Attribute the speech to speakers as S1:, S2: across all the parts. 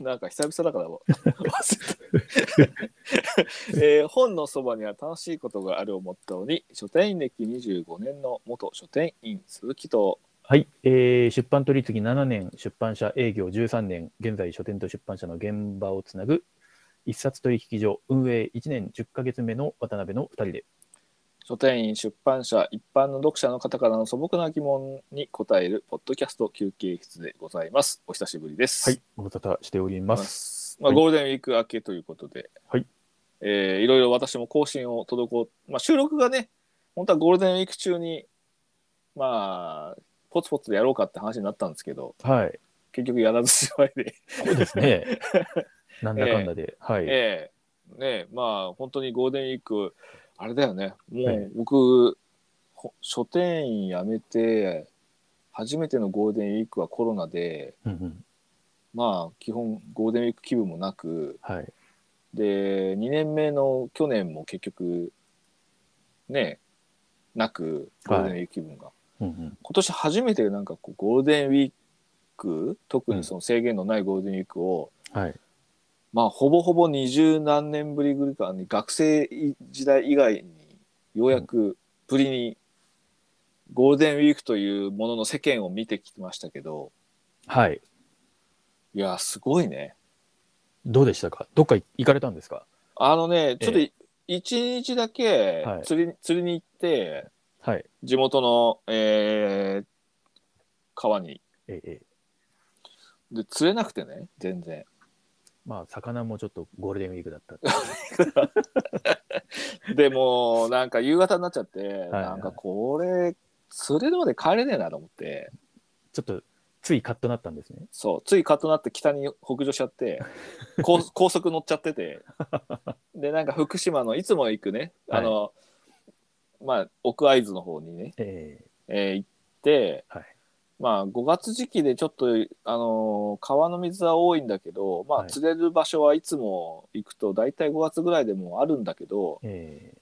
S1: なんか久々だから もう忘れた えー本のそばには楽しいことがあるをモットーに書店員歴25年の元書店員鈴木と
S2: はい、えー出版取り次ぎ7年、出版社営業13年、現在書店と出版社の現場をつなぐ一冊取引所運営1年10ヶ月目の渡辺の2人で。
S1: 書店員出版社一般の読者の方からの素朴な疑問に答えるポッドキャスト休憩室でございますお久しぶりです
S2: はい、ご無沙汰しており
S1: ま
S2: ます。
S1: すまあ、
S2: はい
S1: ゴールデンウィーク明けということで、
S2: はい
S1: えーいろいろ私も更新を滞、まあ、収録がね本当はゴールデンウィーク中にまあポツポツでやろうかって話になったんですけど
S2: はい、
S1: 結局やらずしまいで、
S2: そうです ね。なんだかんだで、はい、
S1: ええねえまあ本当にゴールデンウィークあれだよねも
S2: ええ
S1: う僕、ほ書店員辞めて初めてのゴールデンウィークはコロナで
S2: うんうん、
S1: まあ基本ゴールデンウィーク気分もなく
S2: はい、
S1: で2年目の去年も結局ねなくゴールデンウィーク気分が、
S2: うんうん、
S1: 今年初めてなんかこうゴールデンウィーク特にその制限のないゴールデンウィークを、
S2: はい、
S1: まあほぼほぼ二十何年ぶりぐらいかに学生時代以外にようやくぶりにゴールデンウィークというものの世間を見てきましたけど
S2: はい、
S1: いやすごいね
S2: どうでしたか。どっか行かれたんですか。
S1: あのねちょっと
S2: え
S1: 一日だけ
S2: はい
S1: 釣り,、釣りに行って
S2: はい、
S1: 地元の、えー川に
S2: えーえー
S1: で釣れなくてね全然
S2: まあ魚もちょっとゴールデンウィークだったって。
S1: でもうなんか夕方になっちゃって、
S2: はい
S1: なんかこれ釣れるまで帰れねえなと思って
S2: ちょっとついカッとなったんですね。
S1: そうついカッとなって北に北上しちゃって 高高速乗っちゃっててでなんか福島のいつも行くねあの、まあ奥会津の方にね、
S2: え
S1: えー行って、
S2: はい
S1: まあ5月時期でちょっと、あのー川の水は多いんだけど、まあ、
S2: はい
S1: 釣れる場所はいつも行くと大体5月ぐらいでもうあるんだけど
S2: ー、え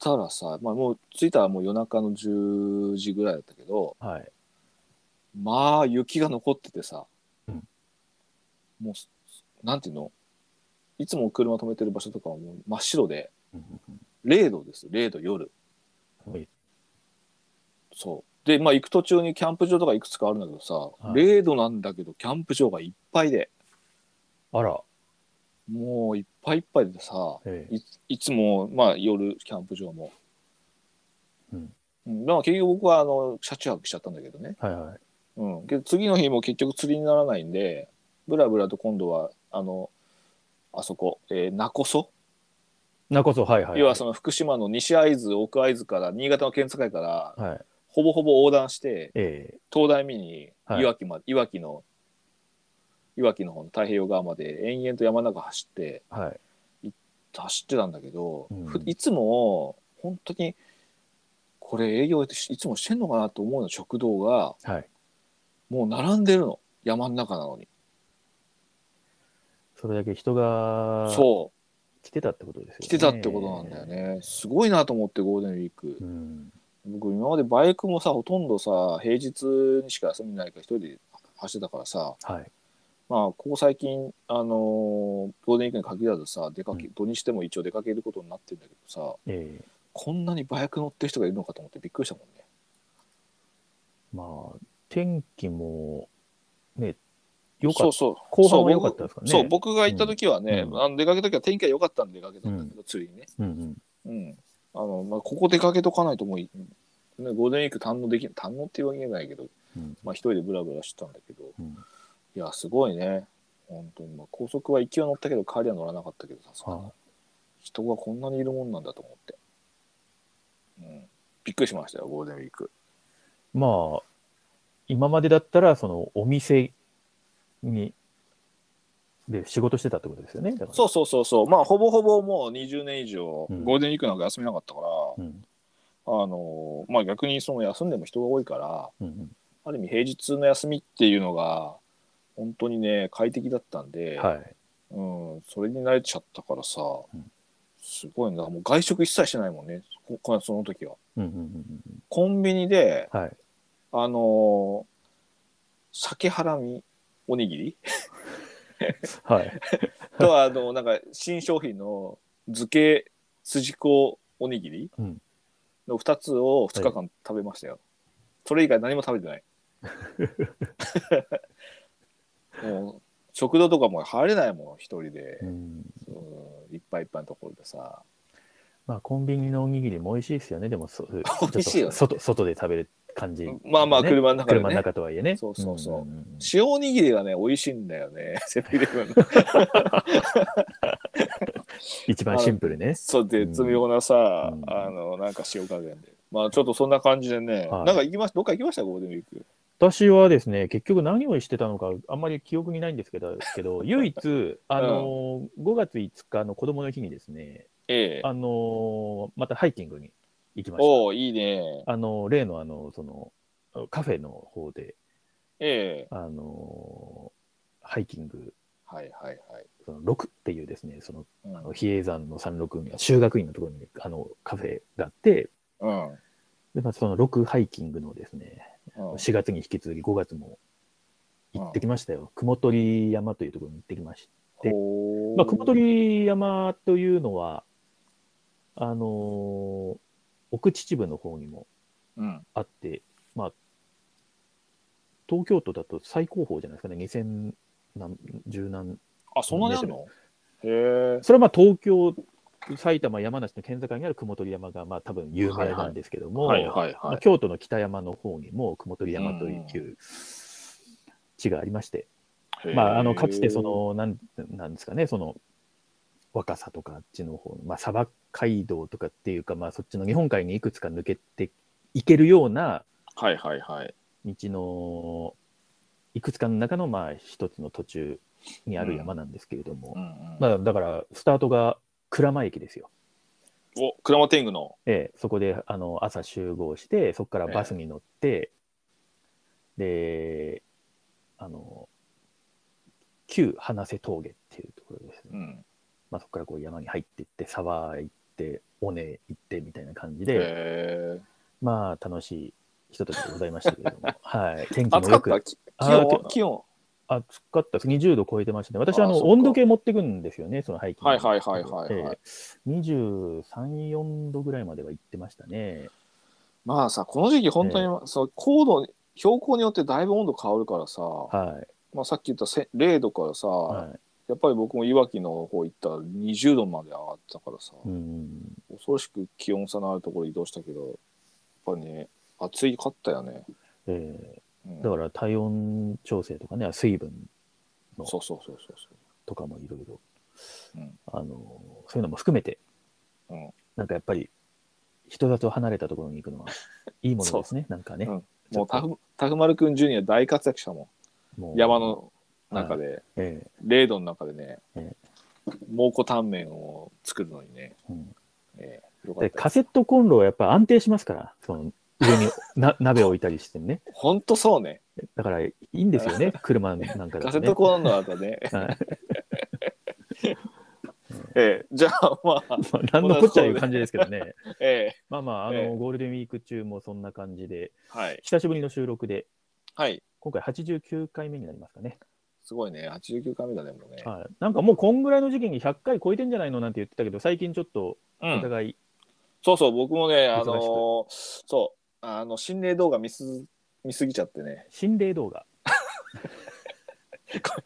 S1: たらさ、まあ、もう着いたらもう夜中の10時ぐらいだったけど
S2: ーはい、
S1: まあ雪が残っててさ、
S2: うん
S1: もうすなんていうのいつも車止めてる場所とかはもう真っ白で
S2: うんうん
S1: 0度です0度夜
S2: うんはい
S1: そう。で、まあ、行く途中にキャンプ場とかいくつかあるんだけどさ、
S2: い
S1: 0度なんだけど、キャンプ場がいっぱいで、
S2: あら、
S1: もういっぱいいっぱいでさ、
S2: えー
S1: いいつも、まあ、夜、キャンプ場も。
S2: うん
S1: うん。まあ、結局僕は、あの、車中泊しちゃったんだけどね。
S2: はいはい。
S1: うん。けど、次の日も結局釣りにならないんで、ブラブラと今度は、あの、あそこ、えー、勿来
S2: なこそはいはい。
S1: 要はその福島の西会津、奥会津から、新潟の県境から、
S2: はい。
S1: ほぼほぼ横断して、
S2: え
S1: 東大見に
S2: はい
S1: いわき,、まいわきのいわきの方の太平洋側まで延々と山の中走って
S2: ーはい。
S1: 走ってたんだけど、
S2: うん
S1: ふいつも本当にこれ営業ってしいつもしてんのかなと思うの食堂が
S2: はい。
S1: もう並んでるの山の中なのに
S2: それだけ人が
S1: そ
S2: 来てたってことですよ
S1: う
S2: ね。
S1: 来てたってことなんだよね、すごいなと思ってゴールデンウィーク
S2: う、ん。
S1: 僕今までバイクもさほとんどさ平日にしか休みないから一人で走ってたからさ、
S2: はい。
S1: まあ、ここ最近、あのーゴールデンウィークに限らずさ、出かけ、
S2: う
S1: 土日でも一応出かけることになってるんだけどさ、
S2: ええ
S1: こんなにバイク乗ってる人がいるのかと思ってびっくりしたもんね。
S2: まあ、天気も、ね、よか
S1: そ
S2: っ
S1: うそう。
S2: 後半は良かったですかね
S1: そう、僕そう僕が行った時はね、
S2: うん
S1: あの出かけた時は天気が良かったんで出かけたんだけど、釣りにね。
S2: た。うんうん。
S1: うん。あの、まあ、ここ出かけとかないともうい、ね、ゴールデンウィーク堪能でき、堪能って言わけないけど、
S2: うん
S1: まあ、一人でブラブラしてたんだけど、
S2: うん
S1: いや、すごいね。本当に、まあ、高速は勢い乗ったけど、帰りは乗らなかったけどさ、そんな
S2: は
S1: 人がこんなにいるもんなんだと思って、うん、びっくりしましたよゴールデンウィーク
S2: まあ、今までだったら、そのお店に、で仕事してたってことですよね。だから
S1: そうそうそうそうまあほぼほぼもう20年以上、
S2: うん
S1: ゴールデンウィークなんか休みなかったから、
S2: うん。
S1: あのーまあ逆にその休んでも人が多いから
S2: うんうん。
S1: ある意味平日の休みっていうのが本当にね快適だったんで、
S2: はい。
S1: うん、それに慣れちゃったからさ、
S2: うん
S1: すごいなもう外食一切してないもんねここその時は
S2: うんうんうん
S1: コンビニで
S2: うん。はい。
S1: あのー、鮭ハラミおにぎり
S2: はい。
S1: とはあのなんか新商品の漬け筋子おにぎり
S2: うん
S1: の2つを2日間食べましたよ、それ以外何も食べてない もう食堂とかも入れないもん一人で
S2: う、ん。
S1: うんいっぱいいっぱいのところでさ
S2: まあ、コンビニのおにぎりも美味しいですよね。でも、そう いう
S1: 美味しいよね
S2: ちょっと外外で食べる感じ。
S1: まあまあ
S2: ね
S1: 車の中で
S2: 車の
S1: ね
S2: 中とはいえね。
S1: そうそうそうん
S2: んん
S1: 塩おにぎりがね美味しいんだよね セブンイレブンの
S2: 一番シンプルね。
S1: そう絶妙なさ、
S2: うん
S1: あのなんか塩加減でまあちょっとそんな感じでね、
S2: はい
S1: なんか行きましたどっか行きましたゴールデンウィーク
S2: 私はですね、結局何をしてたのか、あんまり記憶にないんですけど、 けど唯一、あのー、5月5日の子供の日にですね、
S1: ええ
S2: あのー、またハイキングに行きまし
S1: おおいいね
S2: た。あのー、例のあの、その、カフェの方で、
S1: ええ
S2: あのー、ハイキング、
S1: はいはいはい、
S2: その6っていうですね、その、
S1: うん
S2: あの比叡山の山麓に、修学院のところに、あの、カフェがあって、
S1: うん
S2: で、まあ、その6ハイキングのですね、
S1: うん
S2: 4月に引き続き5月も行ってきましたよ。雲取山というところに行ってきました。で
S1: ほー
S2: まあ、雲取山というのは、あのー奥秩父の方にも
S1: うん、
S2: あって、まあ、東京都だと最高峰じゃないですかね、2000何、十何。
S1: あそんなにあるのへえ
S2: それはまあ東京、埼玉、山梨の県境にある雲取山が、まあ多分有名なんですけども、
S1: はいはい
S2: ま
S1: は
S2: あ
S1: い
S2: 京都の北山の方にも雲取山という地がありまして、
S1: へー
S2: まあ、あのかつてそのなんなんですかねその若さとかあっちの方の、まあ、砂漠街道とかっていうか、まあ、そっちの日本海にいくつか抜けていけるような
S1: はいはいはい
S2: 道のいくつかの中のまあ一つの途中にある山なんですけれども、
S1: うんうん
S2: まあ、だからスタートが鞍馬駅ですよ。
S1: おクラマテングの
S2: ええ、そこであの朝集合して、そこからバスに乗って、で、あの、旧花瀬峠っていうところですね。
S1: うん
S2: まあ、そこからこう山に入っていって、沢行って、尾根行ってみたいな感じ
S1: へ
S2: で、
S1: え
S2: まあ、楽しいひとときでございましたけれ ども、はい、天気も
S1: 暑か
S2: よ
S1: っ
S2: く
S1: たき気
S2: あ
S1: 温
S2: ー
S1: 気温
S2: 暑かったです。20度超えてましたね。私、
S1: あー
S2: あの
S1: そっか
S2: 温度計持ってくんですよね、そのハイキング
S1: はいはいはいはいはい
S2: ええ23、4度ぐらいまでは行ってましたね。
S1: まあさこの時期本当に、その高度標高によってだいぶ温度変わるからさ、
S2: はい。
S1: まあ、さっき言ったせ0度からさ、
S2: はい
S1: やっぱり僕もいわきの方行ったら20度まで上がったからさ、
S2: うん
S1: 恐ろしく気温差のあるところ移動したけどやっぱりね暑いかったよね、
S2: え
S1: うん
S2: ーだから体温調整とかね、水分ら
S1: そうそうそうそう
S2: とかもいろいろ、
S1: うん
S2: あの、そういうのも含めて、
S1: うん
S2: なんかやっぱり人里離れたところに 行くのはいいものですね、なんかね。
S1: うん
S2: ち
S1: も
S2: ょ
S1: う
S2: っと
S1: タフタフマルくんジュニア大活躍したもん
S2: も
S1: 山、の中で、
S2: え
S1: 0度の中でね、
S2: え
S1: 蒙古タンメンを作るのにね、
S2: えうん
S1: ええよかっ
S2: で
S1: た
S2: カセットコンロはやっぱ安定しますから、その上にな 鍋を置いたりしてね。
S1: ほんとそうね
S2: だからいいんですよ ね、車なんかだと、ね。
S1: カセットコンロだとね、
S2: はい
S1: ええじゃあまあ
S2: まあ、なんのこっちゃいう感じですけどね。
S1: ええ
S2: まあまあ、あの、
S1: ええ
S2: ゴールデンウィーク中もそんな感じで、
S1: はい
S2: 久しぶりの収録で、
S1: はい
S2: 今回89回目になりますかね。
S1: すごいね89回目だねもうね、
S2: はい、なんかもうこんぐらいの時期に100回超えてんじゃないのなんて言ってたけど、最近ちょっと
S1: う
S2: お
S1: ん
S2: 互い、
S1: そうそう、僕もね、あ
S2: 忙し
S1: のーそう、あの、心霊動画見す、見すぎちゃってね、
S2: 心霊動画、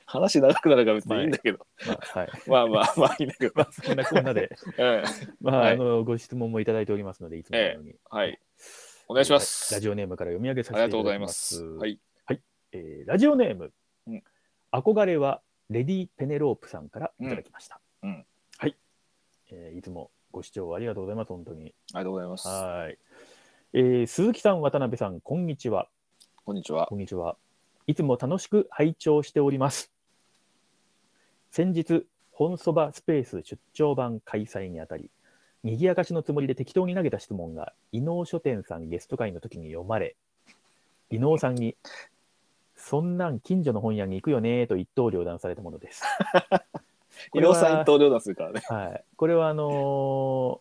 S1: 話長くなるから別にいいんだけど、
S2: まあ はい、
S1: まあまあ、まあいいんだけど、
S2: まあそんなこん なで、
S1: うん、
S2: まあ
S1: はい
S2: あのご質問もいただいておりますので、いつものように、
S1: はい、お願いします。
S2: ラジオネームから読み上げさせ
S1: あり
S2: て
S1: が
S2: い
S1: とうござい
S2: ただき
S1: ま
S2: ます。
S1: す。はい、
S2: えーラジオネーム、
S1: うん
S2: 憧れはレディ・ペネロープさんからいただきました。
S1: うんうん
S2: はい、えーいつもご視聴ありがとうございます、本当に。
S1: ありがとうございます。
S2: はい、えー鈴木さん、渡辺さん、こんにちは。
S1: こんにちは。
S2: こんにちは。いつも楽しく拝聴しております。先日、本そばスペース出張版開催にあたり、賑やかしのつもりで適当に投げた質問が、伊能書店さんゲスト会の時に読まれ、伊能さんに、そんなん近所の本屋に行くよねと一刀両断されたものです。
S1: 伊野さん一
S2: は
S1: 刀両断するからね。
S2: はい、これはあの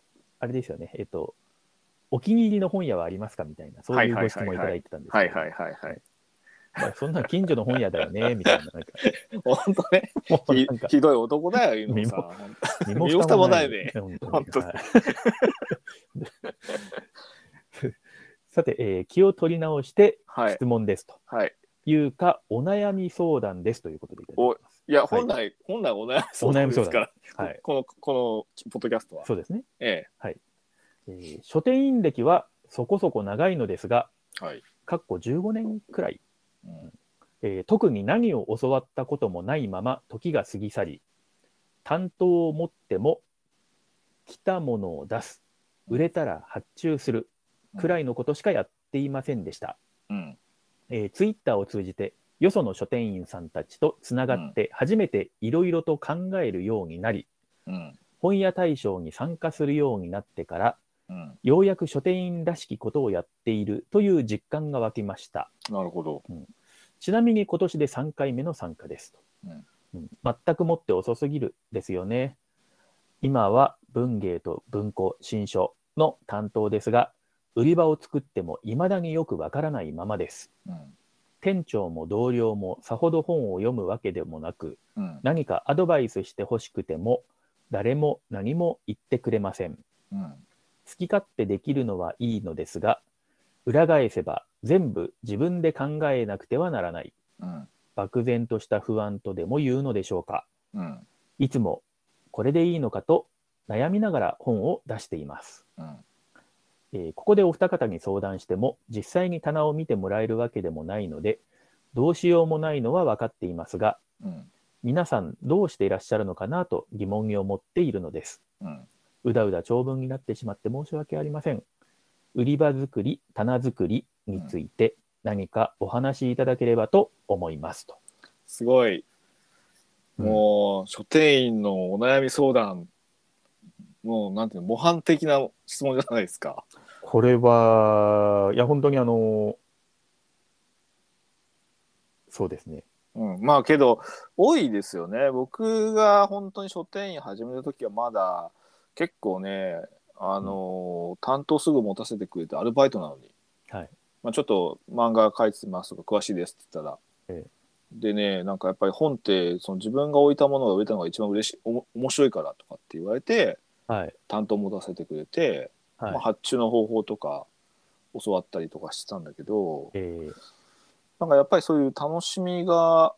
S2: ーあれですよね、えっと、お気に入りの本屋はありますかみたいな、そういうご質問いただいてたんですけど
S1: はいはい。
S2: まあそんな近所の本屋だよね、みたいな。なんか、
S1: 本当 ね
S2: もう
S1: ひ
S2: なんか、
S1: ひどい男だよ今さん
S2: 身
S1: 身も
S2: 本
S1: 本当に
S2: はいさて、えー気を取り直して
S1: はい
S2: 質問ですと
S1: はい
S2: いうか、お悩み相談ですということでいただいてます。
S1: いや本来、本来お悩み相談ですから
S2: はい、
S1: このこのポッドキャストは
S2: そうですね、
S1: え
S2: えー書店員歴はそこそこ長いのですが、
S1: えはい、
S2: かっこ15年くらい、
S1: うん
S2: えー特に何を教わったこともないまま時が過ぎ去り、担当を持っても来たものを出す、売れたら発注するくらいのことしかやっていませんでした。
S1: うん
S2: えー、ツイッターを通じてよその書店員さんたちとつながって初めていろいろと考えるようになり、
S1: うん
S2: 本屋大賞に参加するようになってから
S1: うん、
S2: ようやく書店員らしきことをやっているという実感が湧きました
S1: なるほど
S2: ちなみに今年で3回目の参加ですと、
S1: うん
S2: うん全くもって遅すぎるですよね今は文芸と文庫新書の担当ですが売り場を作っても未だによくわからないままです
S1: うん
S2: 店長も同僚もさほど本を読むわけでもなく
S1: うん
S2: 何かアドバイスしてほしくても誰も何も言ってくれません
S1: うん
S2: 好き勝手できるのはいいのですが裏返せば全部自分で考えなくてはならない
S1: うん
S2: 漠然とした不安とでも言うのでしょうか
S1: うん
S2: いつもこれでいいのかと悩みながら本を出しています
S1: うん
S2: えーここでお二方に相談しても実際に棚を見てもらえるわけでもないのでどうしようもないのは分かっていますが
S1: うん
S2: 皆さんどうしていらっしゃるのかなと疑問に思っているのです
S1: うん
S2: うだうだ長文になってしまって申し訳ありません売り場作り棚作りについて何かお話しいただければと思いますと、
S1: すごいもう書店員のお悩み相談もうなんていうの模範的な質問じゃないですか
S2: これはいや本当にあのそうですね
S1: うん、まあけど多いですよね僕が本当に書店員始めた時はまだ結構ねあのー担当すぐ持たせてくれてアルバイトなのに、
S2: はい
S1: まあ、ちょっと漫画書いてますとか詳しいですって言ったら、
S2: え
S1: でねなんかやっぱり本ってその自分が置いたものが売れたのが一番嬉しいおも面白いからとかって言われて
S2: はい
S1: 担当持たせてくれて、
S2: はい、
S1: まあ、発注の方法とか教わったりとかしてたんだけど、
S2: えー
S1: なんかやっぱりそういう楽しみが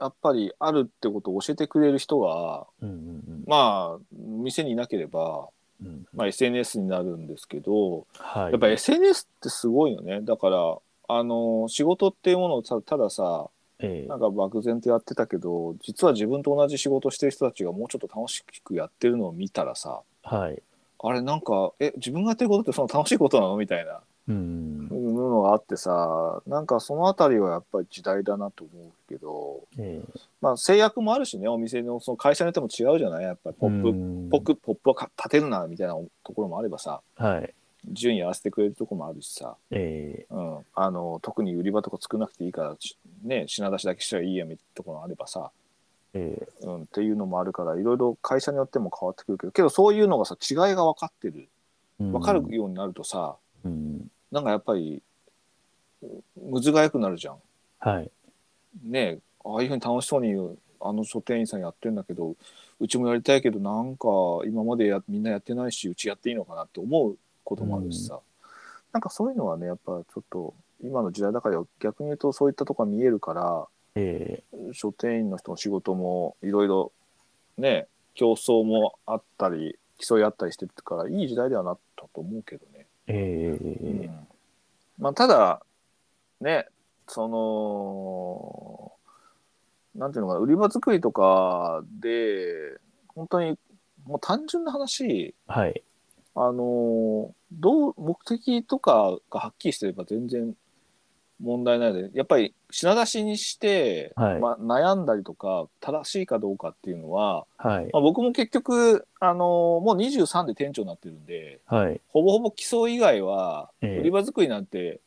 S1: やっぱりあるってことを教えてくれる人が
S2: うんうんうん
S1: まあ店にいなければ、
S2: うん
S1: まあ、SNS になるんですけど
S2: はい、
S1: やっぱ SNS ってすごいよねだからあの仕事っていうものをたたださ
S2: ええ
S1: なんか漠然とやってたけど実は自分と同じ仕事してる人たちがもうちょっと楽しくやってるのを見たらさ
S2: はい。
S1: あれなんかえ自分がやってることってその楽しいことなのみたいな
S2: うん
S1: う。んのがあってさなんかそのあたりはやっぱり時代だなと思うけど
S2: え
S1: まあ制約もあるしねお店のその会社によっても違うじゃないやっぱりポップ、
S2: ッ
S1: ポックポップをか立てるなみたいなところもあればさ
S2: はい。
S1: 順位やらせてくれるとこもあるしさ、
S2: え
S1: うん、あの特に売り場とか作らなくていいからしね品出しだけしちゃいいやみたいなところもあればさ、
S2: ええ
S1: うん、っていうのもあるからいろいろ会社によっても変わってくるけどけどそういうのがさ違いが分かってる
S2: え
S1: 分かるようになるとさ、
S2: うん。
S1: なんかやっぱりむずがよくなるじゃん。
S2: はい。
S1: ねああいうふうに楽しそうにあの書店員さんやってんだけどうちもやりたいけどなんか今までやみんなやってないしうちやっていいのかなって思うこともあるしさ、なんかそういうのはねやっぱちょっと今の時代だから逆に言うとそういったとこが見えるから
S2: え
S1: 書店員の人の仕事もいろいろね競争もあったり競い合ったりしてるからいい時代ではなったと思うけどね。
S2: ええ
S1: う
S2: え
S1: んまあ、ただねそのなんていうのかな売り場作りとかで本当にもう単純な話
S2: はい。
S1: あのどう目的とかがはっきりしてれば全然問題ないでやっぱり品出しにして、
S2: はい
S1: まあ、悩んだりとか正しいかどうかっていうのは、
S2: はい。
S1: まあ、僕も結局、あのもう23で店長になってるんで、
S2: はい。
S1: ほぼほぼ基礎以外は、
S2: ええ
S1: 売り場作りなんて、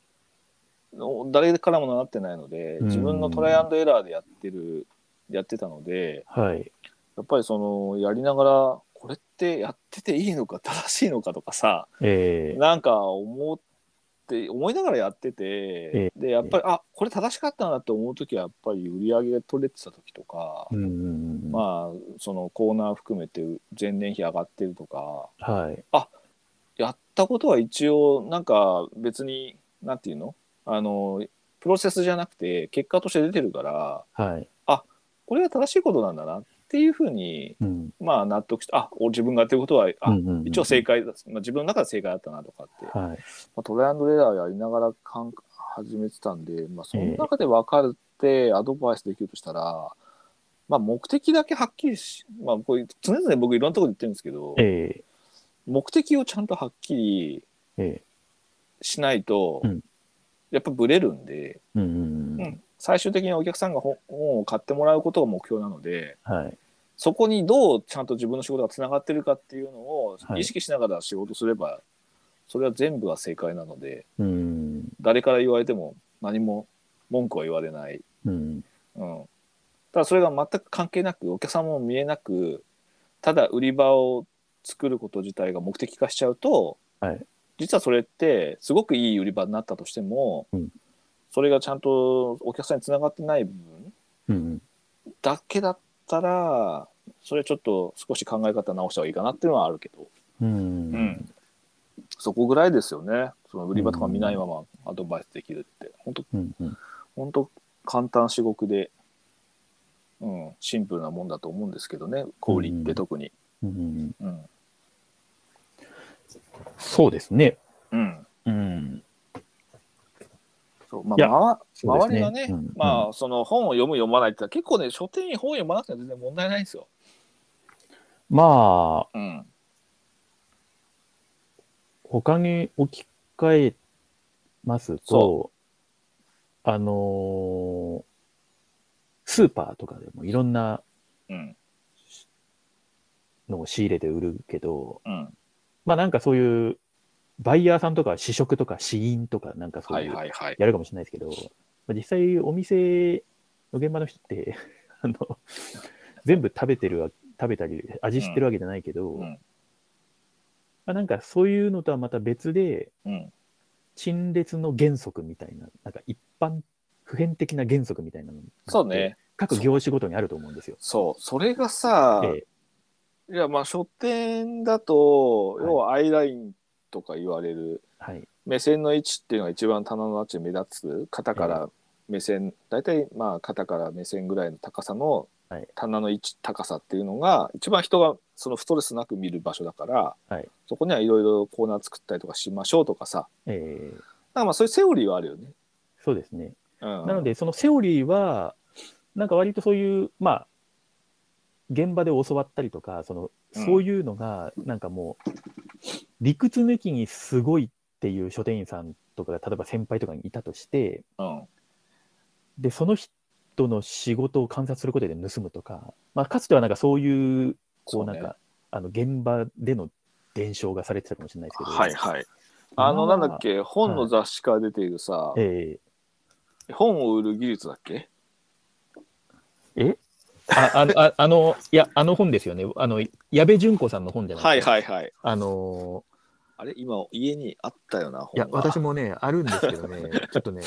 S1: の誰からも習ってないので、
S2: ん
S1: 自分のトライアンドエラーでやってる、やってたので、
S2: はい。
S1: やっぱりその、やりながら、これってやってていいのか正しいのかとかさ、
S2: ええ
S1: なんか思っって思いながらやってて、でやっぱり、あこれ正しかったなって思う時はやっぱり売り上げが取れてた時とか、
S2: うんうんうん
S1: まあそのコーナー含めて前年比上がってるとか
S2: はい。
S1: やったことは一応なんか別になんていうのあのプロセスじゃなくて結果として出てるから
S2: はい。
S1: これが正しいことなんだなっていうふうに
S2: うん。
S1: まあ納得してあ俺自分がやってることはあ、
S2: うんうんうん
S1: 一応正解だ、まあ、自分の中で正解だったなとかって、ま
S2: はい。
S1: あ、トライアンドエラーやりながらかん始めてたんで、まあ、その中で分かるってアドバイスできるとしたら、まあ、目的だけはっきりし、まあ、これ常々僕いろんなところで言ってるんですけど、
S2: え
S1: 目的をちゃんとはっきり
S2: ええ
S1: しないと、
S2: うん
S1: やっぱブレるんで、
S2: えうんうんうん。
S1: 最終的にお客さんが本本を買ってもらうことが目標なので
S2: はい。
S1: そこにどうちゃんと自分の仕事がつながってるかっていうのを
S2: はい
S1: 意識しながら仕事すれば、それは全部が正解なので
S2: うん。
S1: 誰から言われても何も文句は言われない、
S2: うん。
S1: うん、ただそれが全く関係なくお客さんも見えなくただ売り場を作ること自体が目的化しちゃうと、
S2: はい
S1: 実はそれってすごくいい売り場になったとしても、
S2: うん
S1: それがちゃんとお客さんにつながってない部分
S2: うん。
S1: だけだったらそれちょっと少し考え方直した方がいいかなっていうのはあるけど、
S2: う。
S1: うんんそこぐらいですよねその売り場とか見ないままアドバイスできるって本当
S2: うん。うん。
S1: 本当簡単至極で、うん、シンプルなもんだと思うんですけどね小売りって特に。
S2: うん。
S1: うん
S2: そうですね。
S1: うん
S2: うん。
S1: そうま
S2: いや
S1: あ、まわ
S2: そう
S1: 周
S2: で
S1: り
S2: す
S1: がね、まあ、その本を読む読まないって言ったら結構ね書店員本読まなくても全然問題ないんですよ。
S2: まあ、
S1: うん、
S2: 他に置き換えます
S1: そ、
S2: とあのースーパーとかでもいろんな
S1: うん、
S2: のを仕入れて売るけど、
S1: うん、
S2: まあなんかそういう、バイヤーさんとか試食とか試飲とかなんかそう
S1: はいいうはいはい。
S2: やるかもしれないですけど、まあ実際お店の現場の人って、 あの、全部食べてるわ、食べたり、味知ってるわけじゃないけど、
S1: うん、
S2: まあなんかそういうのとはまた別で、
S1: うん、
S2: 陳列の原則みたいな、なんか一般、普遍的な原則みたいなのがあって
S1: そうね。
S2: 各業種ごとにあると思うんですよ。
S1: そう、それがさ、
S2: え
S1: いや、まあ、書店だと、
S2: はい
S1: 要はアイラインとか言われる、
S2: えはい。
S1: 目線の位置っていうのが一番棚の位置で目立つ、肩から目線、大体、まあ、肩から目線ぐらいの高さの
S2: はい
S1: 棚の位置、高さっていうのが、一番人がそのストレスなく見る場所だから、
S2: はい
S1: そこにはいろいろコーナー作ったりとかしましょうとかさ、
S2: ええ
S1: なんかまあ、そういうセオリーはあるよね。
S2: そうですね。
S1: うん、
S2: なので、そのセオリーは、なんか割とそういう、まあ、現場で教わったりとか、その、
S1: うん
S2: そういうのが、なんかもう、理屈抜きにすごいっていう書店員さんとかが、例えば先輩とかにいたとして、
S1: うん、
S2: で、その人の仕事を観察することで盗むとか、まあ、かつてはなんかそういう、こうなんか、あの、現場での伝承がされてたかもしれないですけど、
S1: はいはい。あの、なんだっけ、本の雑誌から出ているさ、
S2: え
S1: 本を売る技術だっけ
S2: ええああのああの、いや、あの本ですよね。あの、矢部純子さんの本じゃないですか。
S1: はいはいはい。
S2: あの
S1: あれ今家にあったよな、
S2: ーいや、
S1: 本が
S2: 私もね、あるんですけどね、ちょっとね、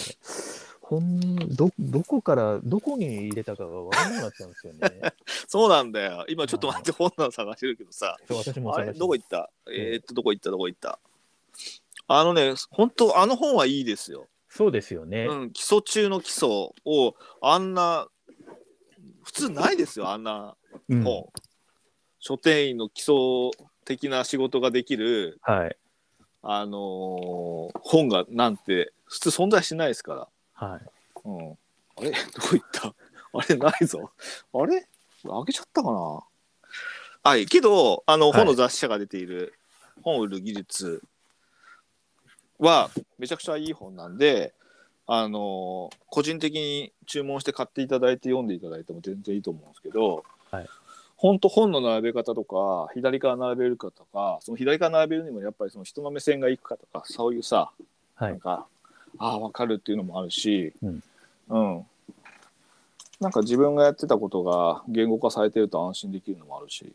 S2: 本ど、どこから、どこに入れたかがわからなくなっちゃうんですよね。
S1: そうなんだよ。今ちょっと待って、本棚探してるけどさ。
S2: そう私も
S1: あ
S2: 探
S1: れ
S2: して
S1: どこ行ったえーっと、どこ行ったどこ行ったあのね、本当あの本はいいですよ。
S2: そうですよね。
S1: うん、基礎中の基礎を、あんな、普通ないですよ、あんな
S2: うん
S1: 本。書店員の基礎的な仕事ができる、
S2: はい。
S1: あのー本がなんて、普通存在しないですから。
S2: はい。
S1: うん、あれ どこ行ったあれないぞ。あれあげちゃったかなはい、けど、あの、
S2: はい
S1: 本の雑誌社が出ている、本を売る技術は、めちゃくちゃいい本なんで、あの個人的に注文して買っていただいて読んでいただいても全然いいと思うんですけど、
S2: はい
S1: 本当本の並べ方とか左から並べるかとかその左から並べるにもやっぱりその人の目線がいくかとかそういうさ、
S2: はい
S1: なんかああ分かるっていうのもあるし、
S2: うん
S1: うんなんか自分がやってたことが言語化されてると安心できるのもあるし、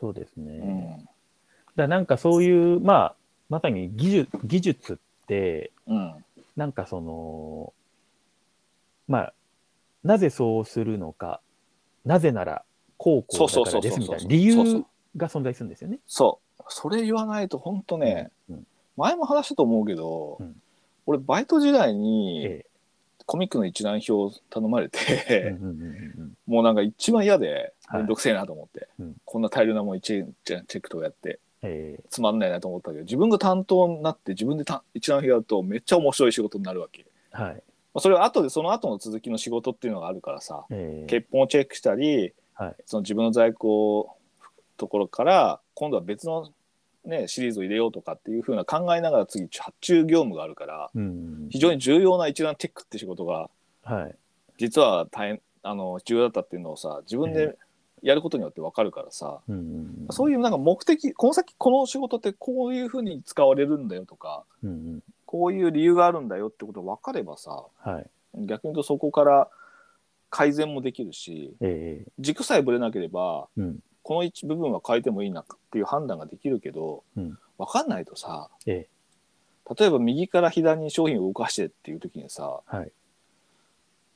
S2: そうですね。
S1: うん
S2: だからなんかそういう、まあ、まさに技術技術っって、
S1: うん。
S2: なんかその、まあ、なぜそうするのか、なぜなら、こうこ
S1: そう
S2: うだ
S1: そうそ
S2: から
S1: う
S2: です
S1: そう
S2: みた
S1: そう
S2: い
S1: そう。そ
S2: な理
S1: うそ
S2: 由
S1: う
S2: が存在するんですよね。
S1: そう。それ言わないと本当ね、
S2: うん
S1: 前も話したと思うけど、
S2: うん
S1: 俺バイト時代に
S2: え
S1: コミックの一覧表を頼まれ
S2: え
S1: て
S2: う、んうんうんうん
S1: もうなんか一番嫌で
S2: はい
S1: 面倒くせえなと思って、
S2: うん
S1: こんな大量なもん一円チェックとかやって
S2: ええ
S1: つまんないなと思ったけど自分が担当になって自分でた一覧表やるとめっちゃ面白い仕事になるわけ、
S2: はい。
S1: まあ、それは後でその後の続きの仕事っていうのがあるからさ
S2: ええ
S1: 欠品をチェックしたり
S2: はい。
S1: その自分の在庫をところから今度は別の、ね、シリーズを入れようとかっていうふうな考えながら次発注業務があるから
S2: うん
S1: 非常に重要な一覧チェックって仕事が
S2: はい。
S1: 実は大変あの重要だったっていうのをさ自分でやることによって分かるからさ、
S2: うんうんうん
S1: そういうなんか目的この先この仕事ってこういうふうに使われるんだよとか
S2: うんうん
S1: こういう理由があるんだよってことが分かればさ
S2: はい。
S1: 逆に言うとそこから改善もできるし
S2: ええ
S1: 軸さえぶれなければ
S2: うん
S1: この一部分は変えてもいいなっていう判断ができるけど、
S2: うん
S1: 分かんないとさ、
S2: え
S1: 例えば右から左に商品を動かしてっていう時にさ、
S2: はい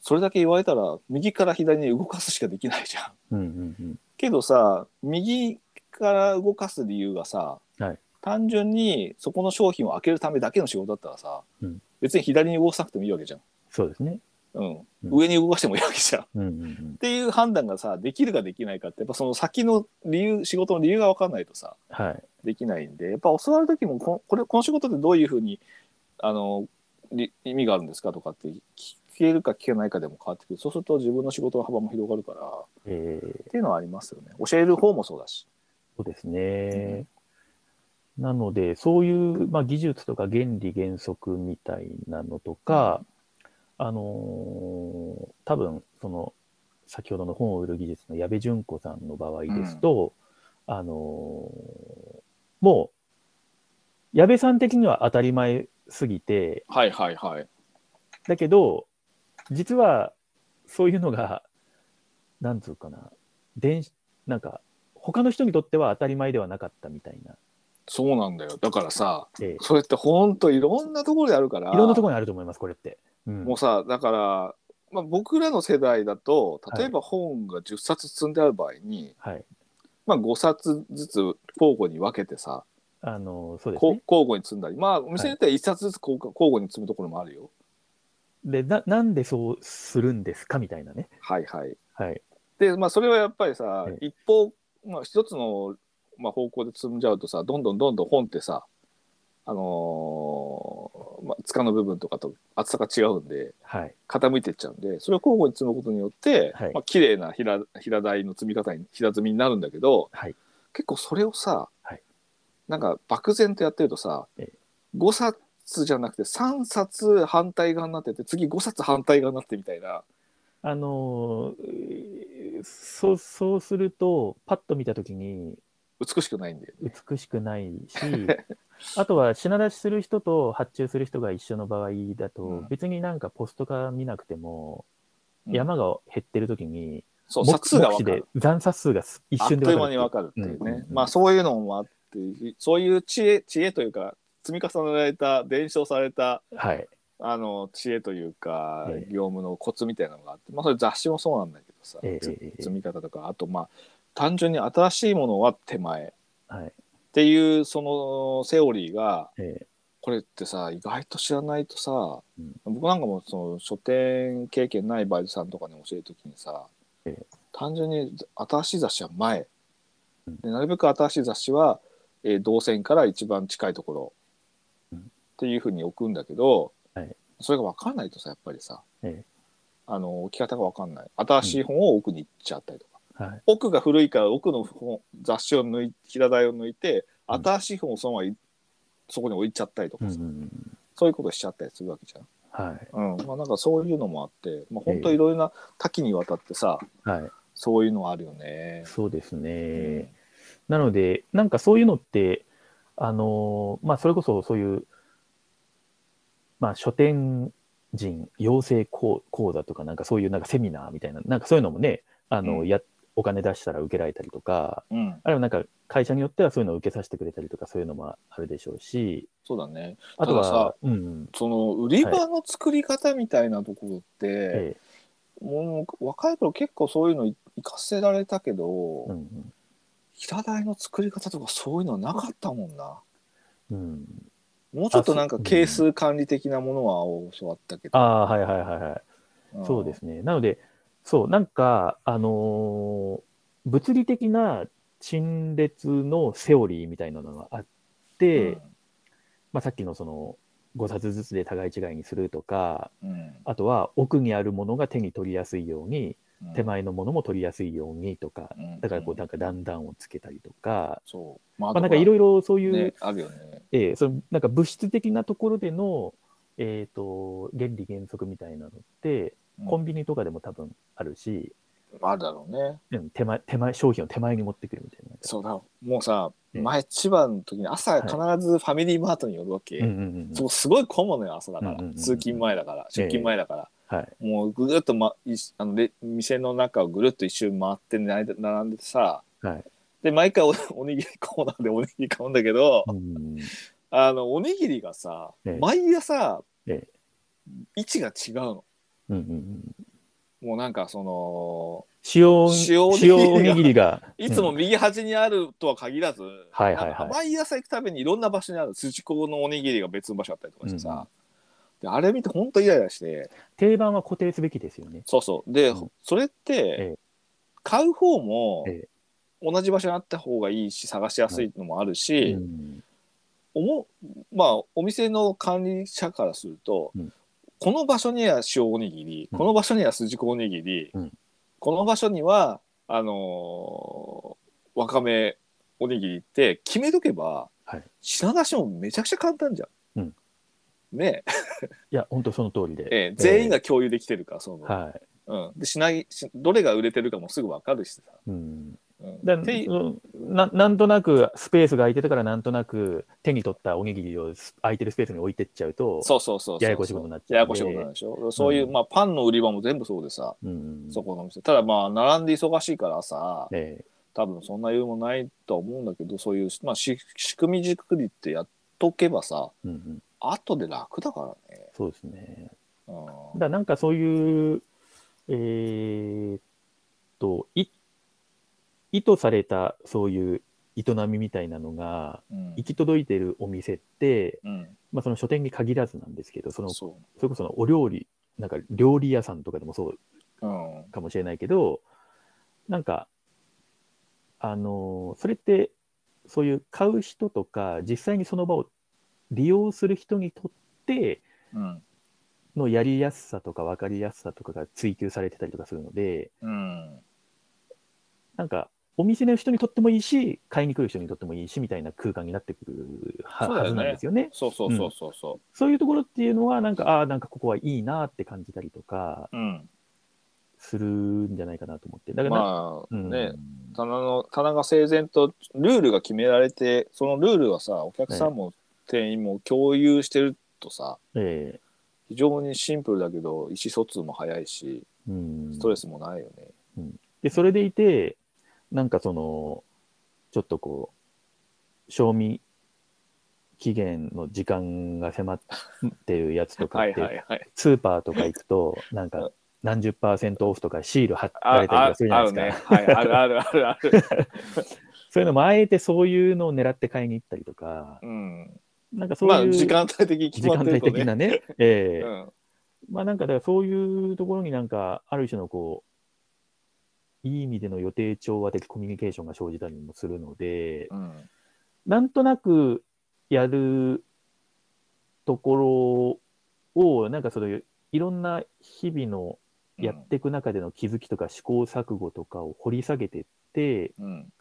S1: それだけ言われたら右から左に動かすしかできない じゃん。
S2: うんうん
S1: けどさ右から動かす理由がさ、
S2: はい
S1: 単純にそこの商品を開けるためだけの仕事だったらさ、
S2: うん
S1: 別に左に動かさなくてもいいわけじゃん。
S2: そうですね。
S1: うん
S2: うん
S1: 上に動かしてもいいわけじゃん。っ
S2: うんうんうん
S1: ていう判断がさできるかできないかってやっぱその先の理由仕事の理由が分かんないとさ
S2: はい。
S1: できないんでやっぱ教わる時もここれこの仕事ってどういうふうにあのり意味があるんですかとかって聞けるか聞けないかでも変わってくるそうすると自分の仕事の幅も広がるからっ
S2: ええ
S1: ていうのはありますよね教える方もそうだし。
S2: そうですね。なので、そういう、まあ、技術とか原理原則みたいなのとか、あのー多分、その、先ほどの本を売る技術の矢部純子さんの場合ですと、あのーもう、矢部さん的には当たり前すぎて、
S1: はいはいはい。
S2: だけど、実は、そういうのが、なんつうかな、電子、なんか、他の人にとっては当たり前ではなかったみたいな。
S1: そうなんだよ。だからさ、
S2: え
S1: それってほんといろんなところであるから。
S2: えいろんなところにあると思います、これって。うん
S1: もうさ、だから、まあ、僕らの世代だと、例えば本が10冊積んである場合に、
S2: はい。
S1: まあ5冊ずつ交互に分けてさ、
S2: あの、そうです
S1: こ
S2: ね
S1: う。交互に積んだり、まあお店によっては1冊ずつ交交互に積むところもあるよ。
S2: でな、なんでそうするんですかみたいなね。
S1: はいはい。
S2: はい。
S1: で、まあそれはやっぱりさ
S2: え、
S1: 一方、まあ一つの、まあ、方向で積んじゃうとさ、どんどんどんどん本ってさ、あのーまあ、塚の部分とかと厚さが違うんで、
S2: はい。
S1: 傾いてっちゃうんでそれを交互に積むことによって、
S2: はい
S1: まあ綺麗な平平台の積み方に平積みになるんだけど、
S2: はい
S1: 結構それをさ、
S2: はい
S1: なんか漠然とやってるとさ、
S2: ええ
S1: 5冊じゃなくて3冊反対側になってて次5冊反対側になってみたいな
S2: あのーそう、そうすると、パッと見たときに、
S1: 美しくないんだよね。
S2: 美しくない し、あとは品出しする人と発注する人が一緒の場合だと、
S1: うん
S2: 別になんかポスト化見なくても、
S1: うん
S2: 山が減ってる時に、
S1: そう
S2: 目
S1: 冊数が
S2: 目
S1: 分
S2: 視
S1: か
S2: で
S1: る
S2: 残殺数がす一
S1: あっと
S2: 瞬で
S1: いう間
S2: 分かる
S1: に分かるっていうね、
S2: うんうんうん
S1: まあそういうのもあってそういう知恵知恵というか積み重ねられた伝承された
S2: はい。
S1: あの知恵というか、
S2: ええ
S1: 業務のコツみたいなのがあって、まあ、それ雑誌もそうなんだけどさ、
S2: ええ
S1: つ
S2: ええ
S1: 積み方とかあとまあ単純に新しいものは手前っ
S2: はい。
S1: ていうそのセオリーが
S2: ええ
S1: これってさ意外と知らないとさ、
S2: うん
S1: 僕なんかもその書店経験ないバイトさんとかに教える時にさ、
S2: ええ
S1: 単純に新しい雑誌は前
S2: うん
S1: でなるべく新しい雑誌は、えー動線から一番近いところ、
S2: うん
S1: っていうふうに置くんだけど、
S2: はい
S1: それが分かんないとさやっぱりさ、
S2: ええ
S1: あの置き方が分かんない新しい本を奥に行っちゃったりとか、
S2: はい。
S1: 奥が古いから奥の本雑誌を抜い平台を抜いて
S2: うん
S1: 新しい本をそのままいそこに置いちゃったりと
S2: う
S1: か
S2: ん
S1: さ、
S2: うんうん
S1: そういうことしちゃったりするわけじゃん。
S2: はい。
S1: うんまあ、なんかそういうのもあって、まあ、本当いろいろな多岐にわたってさ、
S2: はい。
S1: そういうのあるよね。
S2: そうですね。なので、なんかそういうのって、あのーまあ、それこそそういう、まあ、書店人養成講講座とか、なんかそういうなんかセミナーみたいな、なんかそういうのもね、あの、
S1: うん
S2: や、お金出したら受けられたりとか、
S1: うん、
S2: あるいはなんか会社によってはそういうのを受けさせてくれたりとか、そういうのもあるでしょうし、
S1: そうだね。
S2: あと
S1: ただ
S2: は
S1: さ、
S2: うんうん、
S1: その売り場の作り方みたいなところって、
S2: え
S1: もう若い頃結構そういうの生かせられたけど、
S2: え、うん
S1: 平台の作り方とかそういうのはなかったもんな。
S2: うん、うん。
S1: もうちょっとなんか
S2: あそう
S1: 係数管理的なものは教わったけど。
S2: ああ、はいはいはいはい。
S1: ん
S2: そうで。すね。なので、そう、なんか、あのー物理的な陳列のセオリーみたいなのがあっ
S1: う
S2: て、
S1: ん
S2: まあ、さっきのその5冊ずつで互い違いにするとか、
S1: うん
S2: あとは奥にあるものが手に取りやすいように、
S1: うん
S2: 手前のものも取りやすいようにとか、
S1: うん
S2: だからこ
S1: う
S2: うんなんか段々をつけたりとか、
S1: そう。まあ
S2: まあ、なんかいろいろそういう、
S1: ね、あるよね。
S2: ええそのなんか物質的なところでの、えー、と原理原則みたいなのって、
S1: うん
S2: コンビニとかでも多分あるし、
S1: あるだろうね。
S2: うん手前、手前、商品を手前に持ってくるみたいな。
S1: そうだ。もうさ、
S2: ね
S1: 前千葉の時に朝必ずファミリーマートに寄るわけ。
S2: うんうんうんうん。
S1: そうすごい混むのよ朝だから、
S2: うんうんうんうん
S1: 通勤前だから
S2: ええ
S1: 出勤前だから、
S2: はい。
S1: もうぐるっと、ま、いあので店の中をぐるっと一周回って並んでてさ
S2: はい。
S1: で毎回おおにぎりコーナーでおにぎり買うんだけど、
S2: うん
S1: あのおにぎりがさ、
S2: ええ
S1: 毎朝、
S2: え
S1: 位置が違うの
S2: うんうんうん。
S1: もうなんかその
S2: 塩お、
S1: 塩おにぎりが
S2: 塩おにぎりが。
S1: いつも
S2: うん
S1: 右端にあるとは限らず、
S2: はいはいはい
S1: なんか毎朝行くたびにいろんな場所にある筋子のおにぎりが別の場所あったりとかしてさ、であれ見てほんとイライラして。
S2: 定番は固定すべきですよね。
S1: そうそう。で、
S2: うん
S1: それっ
S2: え
S1: て、買う方も
S2: ええ、
S1: 同じ場所にあった方がいいし、探しやすいのもあるし、
S2: うん
S1: おもまあ、お店の管理者からすると、
S2: うん
S1: この場所には塩おにぎり、
S2: うん
S1: この場所には筋子おにぎり、
S2: うん
S1: この場所には、あのーわかめおにぎりって決めとけば、
S2: はい
S1: 品出しもめちゃくちゃ簡単じゃん。
S2: うん
S1: ね
S2: いや、本当その通りで。
S1: え、ええ全員が共有できてるから、その、
S2: ええ。はい。
S1: うん、でしないしどれが売れてるかもすぐ分かるしさ、
S2: うん、
S1: うん
S2: だ
S1: っていう
S2: うんななんとなくスペースが空いてたからなんとなく手に取ったおにぎりをす空いてるスペースに置いてっちゃうと
S1: そうそうそうそう
S2: ややこしいことになっちゃうんで
S1: ややこしいことになるでしょそういう、
S2: うん
S1: まあパンの売り場も全部そうでさ
S2: う、ん、
S1: そこの店ただまあ並んで忙しいからさ
S2: ええ
S1: 多分そんな余裕もないとは思うんだけどそういう、まあ、し仕組み作りってやっとけばさ
S2: うんうん、
S1: 後で楽だからね、
S2: そうですね。
S1: うん、
S2: だからなんかそういう、えーっと、い意図されたそういう営みみたいなのが、
S1: うん
S2: 行き届いてるお店って、
S1: うん
S2: まあ、その書店に限らずなんですけど、そのそ
S1: そ
S2: れこそのお料理、なんか料理屋さんとかでもそう
S1: う、うん、
S2: かもしれないけど、なんか、あのーそれって、そういう買う人とか、実際にその場を利用する人にとって、
S1: うん
S2: のやりやすさとか分かりやすさとかが追求されてたりとかするので、
S1: うん
S2: なんか、お店の人にとってもいいし、買いに来る人にとってもいいし、みたいな空間になってくるは,、
S1: そうだよね
S2: ずなんですよね。
S1: そうそうそうそうそ
S2: そういうところっていうのは、なんか、ああー、なんかここはいいなって感じたりとか、
S1: う、うん、
S2: するんじゃないかなと思って。だからな、
S1: まあ、
S2: うん、
S1: ね棚の棚が整然とルールが決められてそのルールはさお客さんも店員も共有してるとさ
S2: え
S1: 非常にシンプルだけど意思疎通も早いし
S2: えうん、
S1: ストレスもないよね。
S2: で、それでいて、なんかその、ちょっとこう、賞味期限の時間が迫ってるやつとか
S1: は
S2: っ
S1: い
S2: て、
S1: はいはい。
S2: スーパーとか行くと、なん
S1: う
S2: か
S1: ん
S2: 何十パーセントオフとかシール貼っ
S1: あ
S2: られたりと
S1: あ
S2: かするじゃ
S1: あ
S2: ないで
S1: る
S2: すか。
S1: ね。はい、あるあるあるある。
S2: そういうのもあえてそういうのを狙って買いに行ったりとか、
S1: うん、
S2: なんかそう
S1: まあ
S2: いう
S1: 時
S2: 時
S1: 間帯的に決ま
S2: 間
S1: ってる
S2: 帯
S1: と
S2: 的
S1: ね。
S2: なね、ええ
S1: うん
S2: まあなんかだからそういうところになんか、ある種のこう、いい意味での予定調和的コミュニケーションが生じたりもするので、
S1: うん
S2: なんとなくやるところを、なんかそれ、いろんな日々のやっていく中での気づきとか試行錯誤とかを掘り下げてって、
S1: うん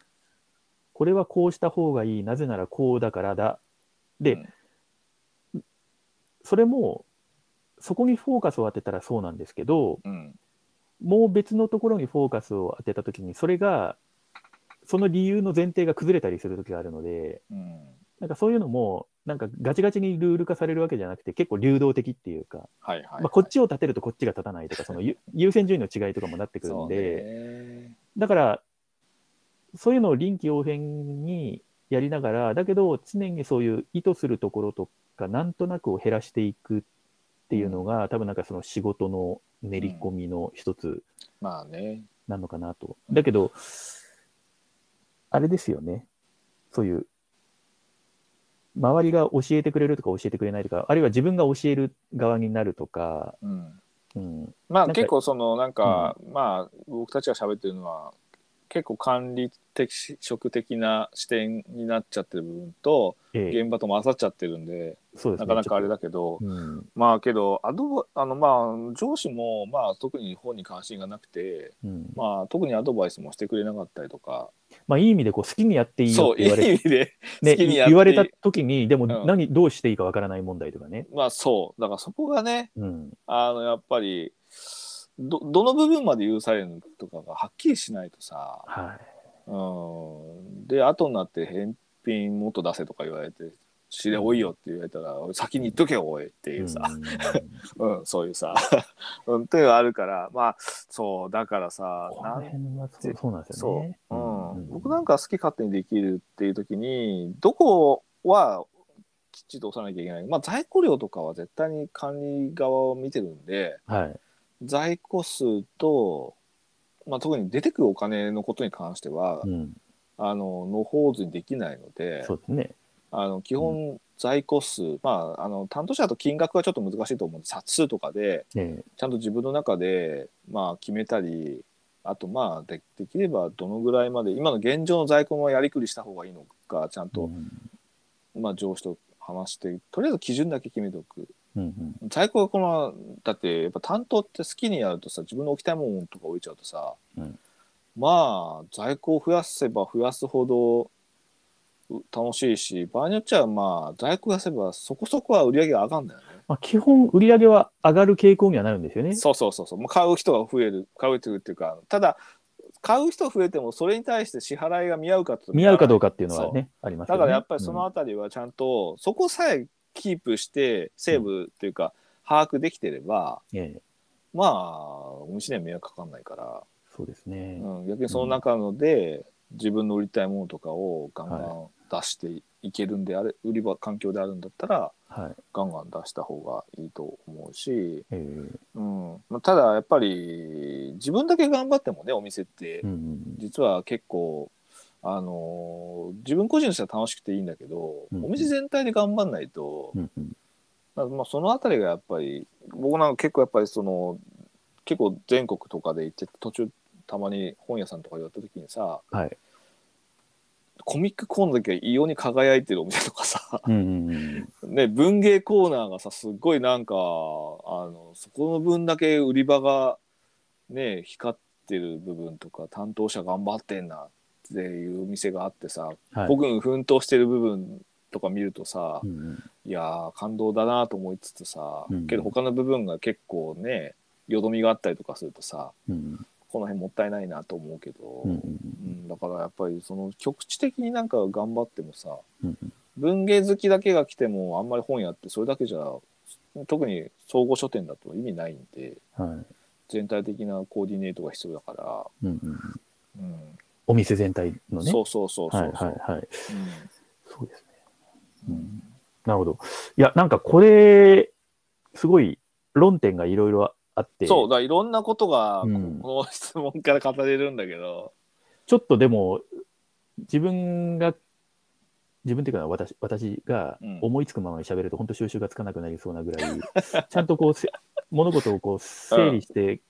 S2: これはこうした方がいい、なぜならこうだからだ。で、それも、そこにフォーカスを当てたらそうなんですけど、
S1: うん
S2: もう別のところにフォーカスを当てたときに、それが、その理由の前提が崩れたりするときがあるので、
S1: うん
S2: なんかそういうのも、なんかガチガチにルール化されるわけじゃなくて、結構流動的っていうか、
S1: はいはい。
S2: まあ、こっちを立てるとこっちが立たないとか、その優優先順位の違いとかもなってくる
S1: そ
S2: ん
S1: う
S2: で、
S1: ね
S2: だから、そういうのを臨機応変にやりながら、だけど常にそういう意図するところとか、なんとなくを減らしていくっていうのが、多分なんかその仕事の練り込みの一つ
S1: まあね。
S2: なのかなと。だけど、あれですよね。そういう、周りが教えてくれるとか教えてくれないとか、あるいは自分が教える側になるとか、
S1: うん。
S2: うん、
S1: ま
S2: な
S1: あ
S2: んか
S1: 結構そのなんか、まあ僕たちが喋ってるのは結構管理的職的な視点になっちゃってる部分と
S2: ええ
S1: 現場と混ざっちゃってるんで、
S2: そうです
S1: な
S2: ね。
S1: かなかあれ
S2: だ。
S1: だけど、
S2: うん、
S1: まあけどアドバあのまあ上司もまあ特に本に関心がなくて、
S2: うん
S1: まあ特にアドバイスもしてくれなかったりとか、
S2: まあ、いい意味でこう好きにやっていいよ
S1: そ
S2: っ
S1: う
S2: て
S1: いい
S2: 言われ
S1: 意味で
S2: ね、
S1: 好きにやって
S2: 言われた時に、でも
S1: ん
S2: 何、どうしていいかわからない問題とかね。
S1: まあそうだからそこがね
S2: うん。
S1: あのやっぱりどどの部分まで許されるのとかがはっきりしないとさ。
S2: は
S1: うんで後になって返品もっと出せとか言われて「知れおいよ」って言われたら「俺先に言っとけよおい」って
S2: い。
S1: いうさ、
S2: うん
S1: うんそういうさ、 うん、っていうのがあるからまあそうだからさ
S2: こ
S1: な
S2: の
S1: ん
S2: 辺は そうそうなんですよね。
S1: そう、うん、僕
S2: な
S1: なんか好き勝手にできるっていう時にどこはきっちりと押さなきゃいけないまあ在庫量とかは絶対に管理側を見てるんで
S2: はい。
S1: 在庫数と、まあ、特に出てくるお金のことに関しては
S2: うん。
S1: あの、のほうずにできないので、
S2: そうですね。
S1: あの基本在庫数、まあ、あの担当者だと金額はちょっと難しいと思うんで、冊数とかで、
S2: ええ
S1: ちゃんと自分の中で、まあ、決めたり、あと、まあで、できればどのぐらいまで、今の現状の在庫もやりくりした方がいいのか、ちゃんと、
S2: うん
S1: まあ、上司と話して、とりあえず基準だけ決めておく。
S2: うんうん
S1: 在庫がこの、だって、やっぱ担当って好きにやるとさ、自分の置きたいものとか置いちゃうとさ、
S2: うん
S1: まあ、在庫を増やせば増やすほどう楽しいし、場合によっちゃ、まあ、在庫増やせばそこそこは売り上げが上がるんだよね。
S2: まあ、基本、売り上げは上がる傾向にはなるんですよね。
S1: そうそうそうそう、もう買う人が増える、買うっていうか、ただ、買う人増えても、それに対して支払いが見合うかと
S2: 見合うかどう
S1: か。
S2: かっていうのはね、ありますよ
S1: だ
S2: ね。
S1: からやっぱりそのあたりはちゃんと、そこさえキープして、セーブっていうか、把握できてれば、
S2: うん、ええ
S1: まあ、お店には迷惑かかんないから、
S2: そうですね。
S1: うん、逆にその中ので、自分の売りたいものとかをガンガン出していけるんであれ、売り場環境であるんだったら、
S2: はい。
S1: ガンガン出した方がいいと思うし、
S2: ええ
S1: うんまあ、ただやっぱり、自分だけ頑張ってもね、お店って
S2: う、ん
S1: 実は結構、あのー自分個人としては楽しくていいんだけど、
S2: うん
S1: お店全体で頑張んないと、
S2: うんうん
S1: まあまあ、そのあたりがやっぱり僕なんか結構やっぱりその結構全国とかで行って途中たまに本屋さんとか寄った時にさ
S2: はい。
S1: コミックコーナーだけ異様に輝いてるお店とかさ、
S2: うんうんうん
S1: ね、文芸コーナーがさすっごいなんかあのそこの分だけ売り場がね光ってる部分とか担当者頑張ってんなっていうお店があってさ、
S2: はい
S1: 僕が奮闘してる部分とか見るとさ、
S2: うんうん
S1: いやー感動だなと思いつつさ、
S2: うん
S1: けど他の部分が結構ねよどみがあったりとかするとさ
S2: うん
S1: この辺もったいないなと思うけど、
S2: うんう
S1: うんんだからやっぱりその局地的になんか頑張ってもさ
S2: うん
S1: 文芸好きだけが来てもあんまり本やってそれだけじゃ特に総合書店だと意味ないんで
S2: うんはい
S1: 全体的なコーディネートが必要だか
S2: うんうん
S1: ら、うん
S2: お店全体のね。
S1: そうそうそうそうそう、
S2: はいはいはい。
S1: う
S2: そうですね。
S1: ん
S2: うんなるほど。いや、なんかこれ、すごい論点がいろいろあって、
S1: そうだからいろんなことがこ
S2: うん
S1: この質問から語れるんだけど、
S2: ちょっとでも、自分が、自分っていうか私、私が
S1: うん
S2: 思いつくままに喋ると、本当収集がつかなくなりそうなぐらい、 ちゃんとこうせ、物事をこう整理して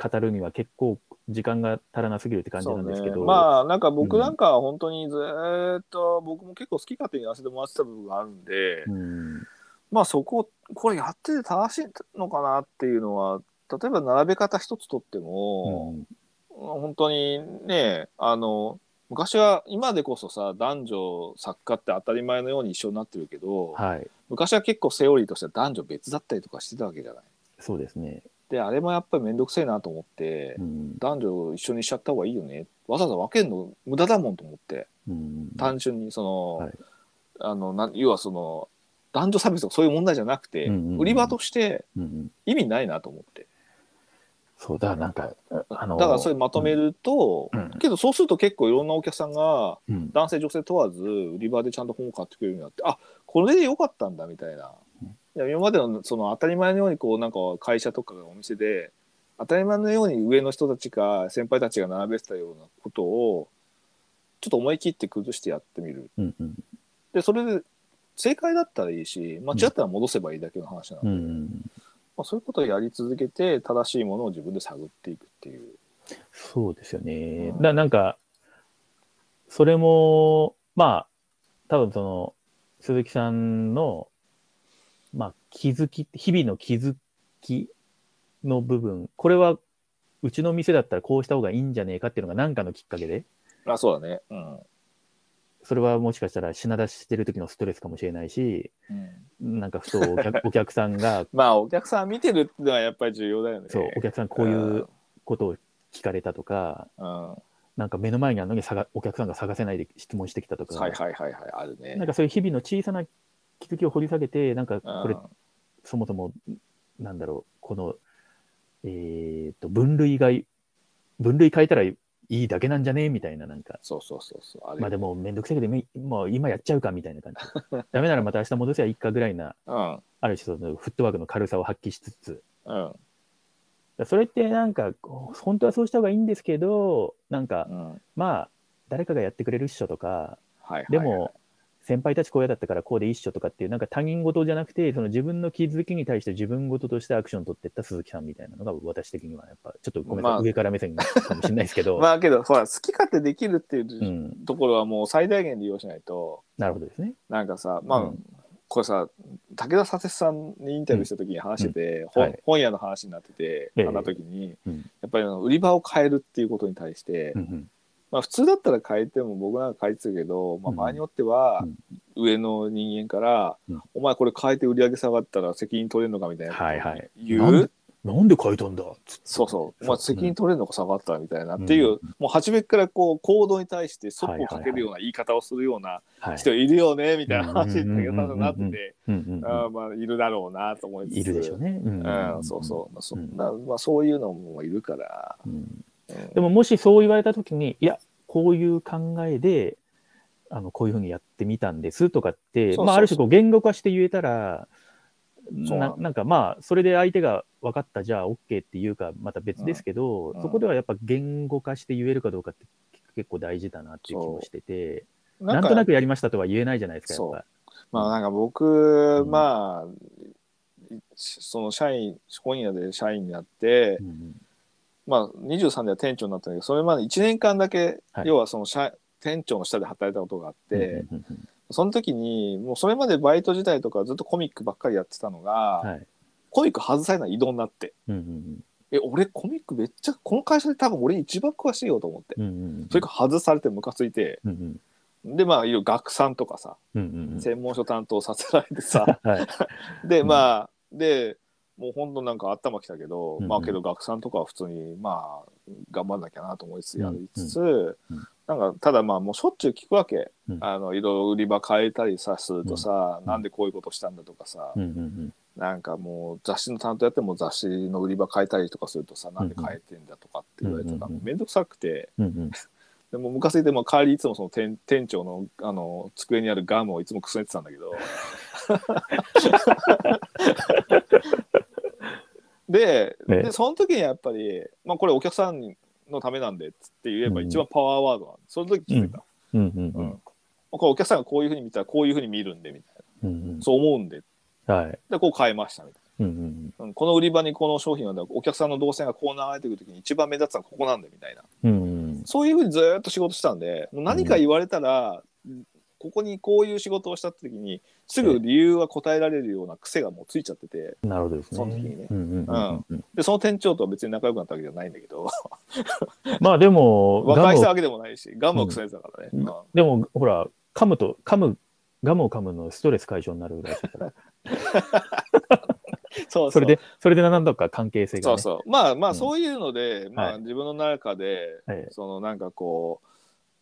S2: 語るには結構時間が足らなすぎるって感じなんですけ
S1: そう
S2: ど、
S1: ね、まあなんか僕なんかは本当にずーっと、僕も結構好き勝手にやらせてもらってた部分があるんで、
S2: うん、
S1: まあそここれやってて正しいのかなっていうのは例えば並べ方一つとっても、
S2: うん
S1: 本当にねあの昔は今でこそさ男女作家って当たり前のように一緒になってるけど、
S2: はい、
S1: 昔は結構セオリーとしては男女別だったりとかしてたわけじゃない。
S2: そうですね。
S1: であれもやっぱり面倒くせえなと思って、
S2: うん
S1: 男女一緒にしちゃった方がいいよねわざわざ分けるの無駄だもんと思って。
S2: うん
S1: 単純にその、
S2: はい
S1: あのな要はその男女差別とかそういう問題じゃなくて、
S2: うんうんうん
S1: 売り場として
S2: うんうん
S1: 意味ないなと思って、
S2: そうだ、なんか、あの、
S1: だからそれまとめると、
S2: うん
S1: けどそうすると結構いろんなお客さんが
S2: うん、
S1: 男性女性問わず売り場でちゃんと本を買ってくれるようになってあこれでよかったんだみたいな
S2: うん。
S1: いや今までのその当たり前のようにこうなんか会社とかがお店で当たり前のように上の人たちが先輩たちが並べてたようなことをちょっと思い切って崩してやってみる。
S2: うん、うん、
S1: でそれで正解だったらいいし間違ったら戻せばいいだけの話なので、
S2: うん。
S1: まあ、そういうことをやり続けて正しいものを自分で探っていくっていう。
S2: そうですよ
S1: う。
S2: ね
S1: ん
S2: だなんか、それも、まあ、多分その、鈴木さんの、まあ、気づき、日々の気づきの部分、これは、うちの店だったらこうした方がいいんじゃねえかっていうのが何かのきっかけで、
S1: あそうだね。うん。
S2: それはもしかしたら品出ししてる時のストレスかもしれないし、
S1: うん
S2: なんかふとお客お客さんが、
S1: まあお客さん見てるってのはやっぱり重要だよね。
S2: そう、お客さんこういうことを聞かれたとか、
S1: うん。うん
S2: なんか目の前にあるのに探お客さんが探せないで質問してきたとか、
S1: はいはいはいはい、ある
S2: なん
S1: ね。
S2: かそういう日々の小さな気づきを掘り下げて、なんかこれ
S1: うん、
S2: そもそも、なんだろう、この、えーっと、分類が、分類変えたらいいだけなんじゃねえみたいな、なんか、
S1: そうそうそうそう。あれ
S2: まあでもめんどくせえけど、めもう今やっちゃうかみたいな感じ。 ダメならまた明日戻せばいいかぐらいな、ある種そのフットワークの軽さを発揮しつつ、
S1: うん。うん。
S2: それってなんか、こう本当はそうした方がいいんですけど、なんか、
S1: うん。はい
S2: まあ、誰かがやってくれるっしょとか、
S1: はいはい。
S2: でも、先輩たちこうやだったからこうでいいっしょとかっていう、なんか他人事じゃなくて、その自分の気づきに対して自分事としてアクション取ってった鈴木さんみたいなのが、私的にはやっぱ、ちょっとごめんなさい、
S1: まあ
S2: 上から目線かもしれないですけど、
S1: まあけど、ほら、好き勝手できるっていう
S2: う、
S1: うんところはもう最大限利用しないと、
S2: なるほどですね。
S1: なんかさ、まあ、
S2: うん
S1: これさ、武田佐哲さんにインタビューした時に話してて、本
S2: はい
S1: 本屋の話になってて、
S2: ええ
S1: あの時に、
S2: うん
S1: やっぱりあの売り場を変えるっていうことに対して、
S2: うん
S1: まあ、普通だったら変えても僕なんか変えてたけど、まあ、
S2: うん
S1: 場合によっては
S2: うん
S1: 上の人間から「
S2: うん
S1: お前これ変えて売り上げ下がったら責任取れるのか」みたいな
S2: はいはい
S1: 言う、
S2: なんでなんで書いたんだつって
S1: そうそう「お前
S2: そう
S1: 責任取れるのか下がったら」みたいなっていう、もう初めからこう行動に対してそっをかけるような言い方をするような
S2: はい
S1: 人いるよねみたいな話に
S2: うんうんうんうんうん
S1: 武田さんなってて、
S2: うんうん
S1: あーまあいるだろうなと思いつつ
S2: いるでしょうね。うん
S1: うん、そうそう、まあそ
S2: うん
S1: なまあ、そういうのもいるから、
S2: うん
S1: うん
S2: でももしそう言われたときに、いや、こういう考えで、あのこういうふうにやってみたんですとかって、
S1: そうそうそう
S2: まあ、ある種こう言語化して言えたら、
S1: そうな
S2: な
S1: の
S2: なんかまあ、それで相手が分かった、じゃあ OK って言うか、また別ですけど、
S1: うんうん
S2: そこではやっぱ言語化して言えるかどうかって結構大事だなっていう気もしてて、なん
S1: か
S2: となくやりましたとは言えないじゃないですか、やっぱ。
S1: まあなんか僕、
S2: うん
S1: まあその社員本屋で社員になって、
S2: うんうん
S1: まあ23では店長になったんだけどそれまで1年間だけ、
S2: はい
S1: 要はその社店長の下で働いたことがあって、
S2: うんうんうん
S1: その時にもうそれまでバイト時代とかずっとコミックばっかりやってたのが、
S2: はい
S1: コミック外されない移動になって
S2: うんうん
S1: え俺コミックめっちゃこの会社で多分俺一番詳しいよと思って、
S2: うんうんうん
S1: それから外されてムカついて
S2: うんうん
S1: でまあいろいろ学さんとかさ、
S2: うんうんうん
S1: 専門書担当させられてさ
S2: はい
S1: で
S2: うん
S1: まあ、でもうほんとなんか頭きたけど、
S2: うんうん
S1: まあけど学さんとかは普通にまあ頑張んなきゃなと思いつつやりつつ、
S2: うんうん
S1: なんかただまあもうしょっちゅう聞くわけ、
S2: うん
S1: あのいろいろ売り場変えたりさするとさ、なんでこういうことしたんだとかさ、
S2: うんうんうん
S1: なんかもう雑誌の担当やっても雑誌の売り場変えたりとかするとさなんで変えてんだとかって言われて
S2: うん
S1: た
S2: うんうん
S1: めんどくさくて。
S2: うんうん
S1: でも昔でも帰りいつもその店店長のあの机にあるガムをいつもくすねてたんだけ ど。で,、
S2: ね
S1: でその時にやっぱり、まあ、これお客さんのためなんでっつって言えば
S2: うん
S1: 一番パワーワードなんで、その時気づいた、
S2: うんうんう
S1: うん
S2: ん
S1: これお客さんがこういうふうに見たらこういうふうに見るんでみたい
S2: うんうん
S1: なそう思うんで
S2: はい
S1: でこう変えましたみたい
S2: うんうん
S1: な、うんこの売り場にこの商品はお客さんの動線がこう流れてくる時に一番目立つのはここなんでみたいな。
S2: うんうん
S1: そういうふうにずーっと仕事してたんで、もう何か言われたら、ここにこういう仕事をしたって時に、すぐ理由は答えられるような癖がもうついちゃってて、
S2: なるほどですね。
S1: その時にね
S2: うんうんうんうん
S1: で、その店長とは別に仲良くなったわけじゃないんだけど、
S2: まあでも、
S1: 和
S2: ガ
S1: 解し
S2: ム
S1: た
S2: を
S1: わけでもないし、ガムをくされてたからね。
S2: うん
S1: うん
S2: でもほら、噛むと、噛む、ガムを噛むのストレス解消になるぐらいだから、
S1: そう
S2: それで、それで何だか関係性が、
S1: そ
S2: ね。
S1: うそう。まあま
S2: う
S1: あ、
S2: ん
S1: そういうので、ま
S2: は
S1: あ
S2: い
S1: 自分の中で、
S2: はい
S1: そのなんかこ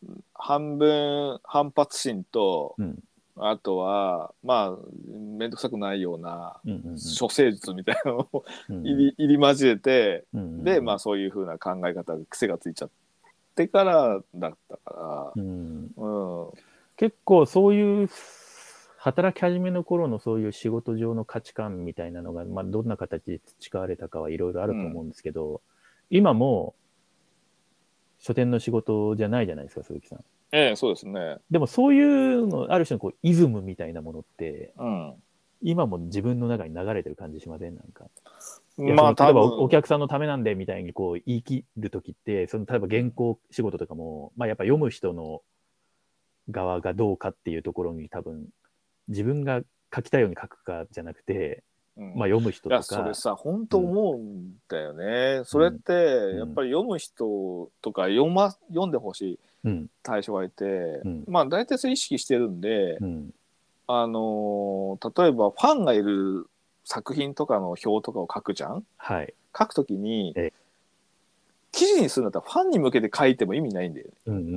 S1: う、半分反発心と、
S2: うん
S1: ああとはまあ面倒くさくないような
S2: うんうんうん
S1: 処世術みたいなのを
S2: うん
S1: 入り入り交えて
S2: うんうん
S1: でまあそういうふうな考え方が癖がついちゃってからだったか
S2: うん
S1: ら、うん
S2: 結構そういう働き始めの頃のそういう仕事上の価値観みたいなのが、まあ、どんな形で培われたかはいろいろあると思うんですけど、今もう書店の仕事じゃないじゃないですか鈴木さん。
S1: ええそうですね。
S2: でもそういうのある種のこうイズムみたいなものって
S1: うん
S2: 今も自分の中に流れてる感じしませんなんか。いや
S1: まあ
S2: その例
S1: 多
S2: えば
S1: 分
S2: おお客さんのためなんでみたいにこう言い切るときって、その例えば原稿仕事とかも、まあ、やっぱ読む人の側がどうかっていうところに多分自分が書きたいように書くかじゃなくて、
S1: うん
S2: まあ、読む人
S1: い
S2: と
S1: やそ
S2: か
S1: れ、さ本当思うんだよね、それってやっぱり読む人とか読,、ま、読んでほしい
S2: うん
S1: 対象がいて、
S2: ん
S1: まあ大体それ意識してるんで、
S2: うん
S1: あのー例えばファンがいる作品とかの表とかを書くじゃん
S2: はい
S1: 書くときに
S2: ええ
S1: 記事にするんだったらファンに向けて書いても意味ないんだよね
S2: うんうんう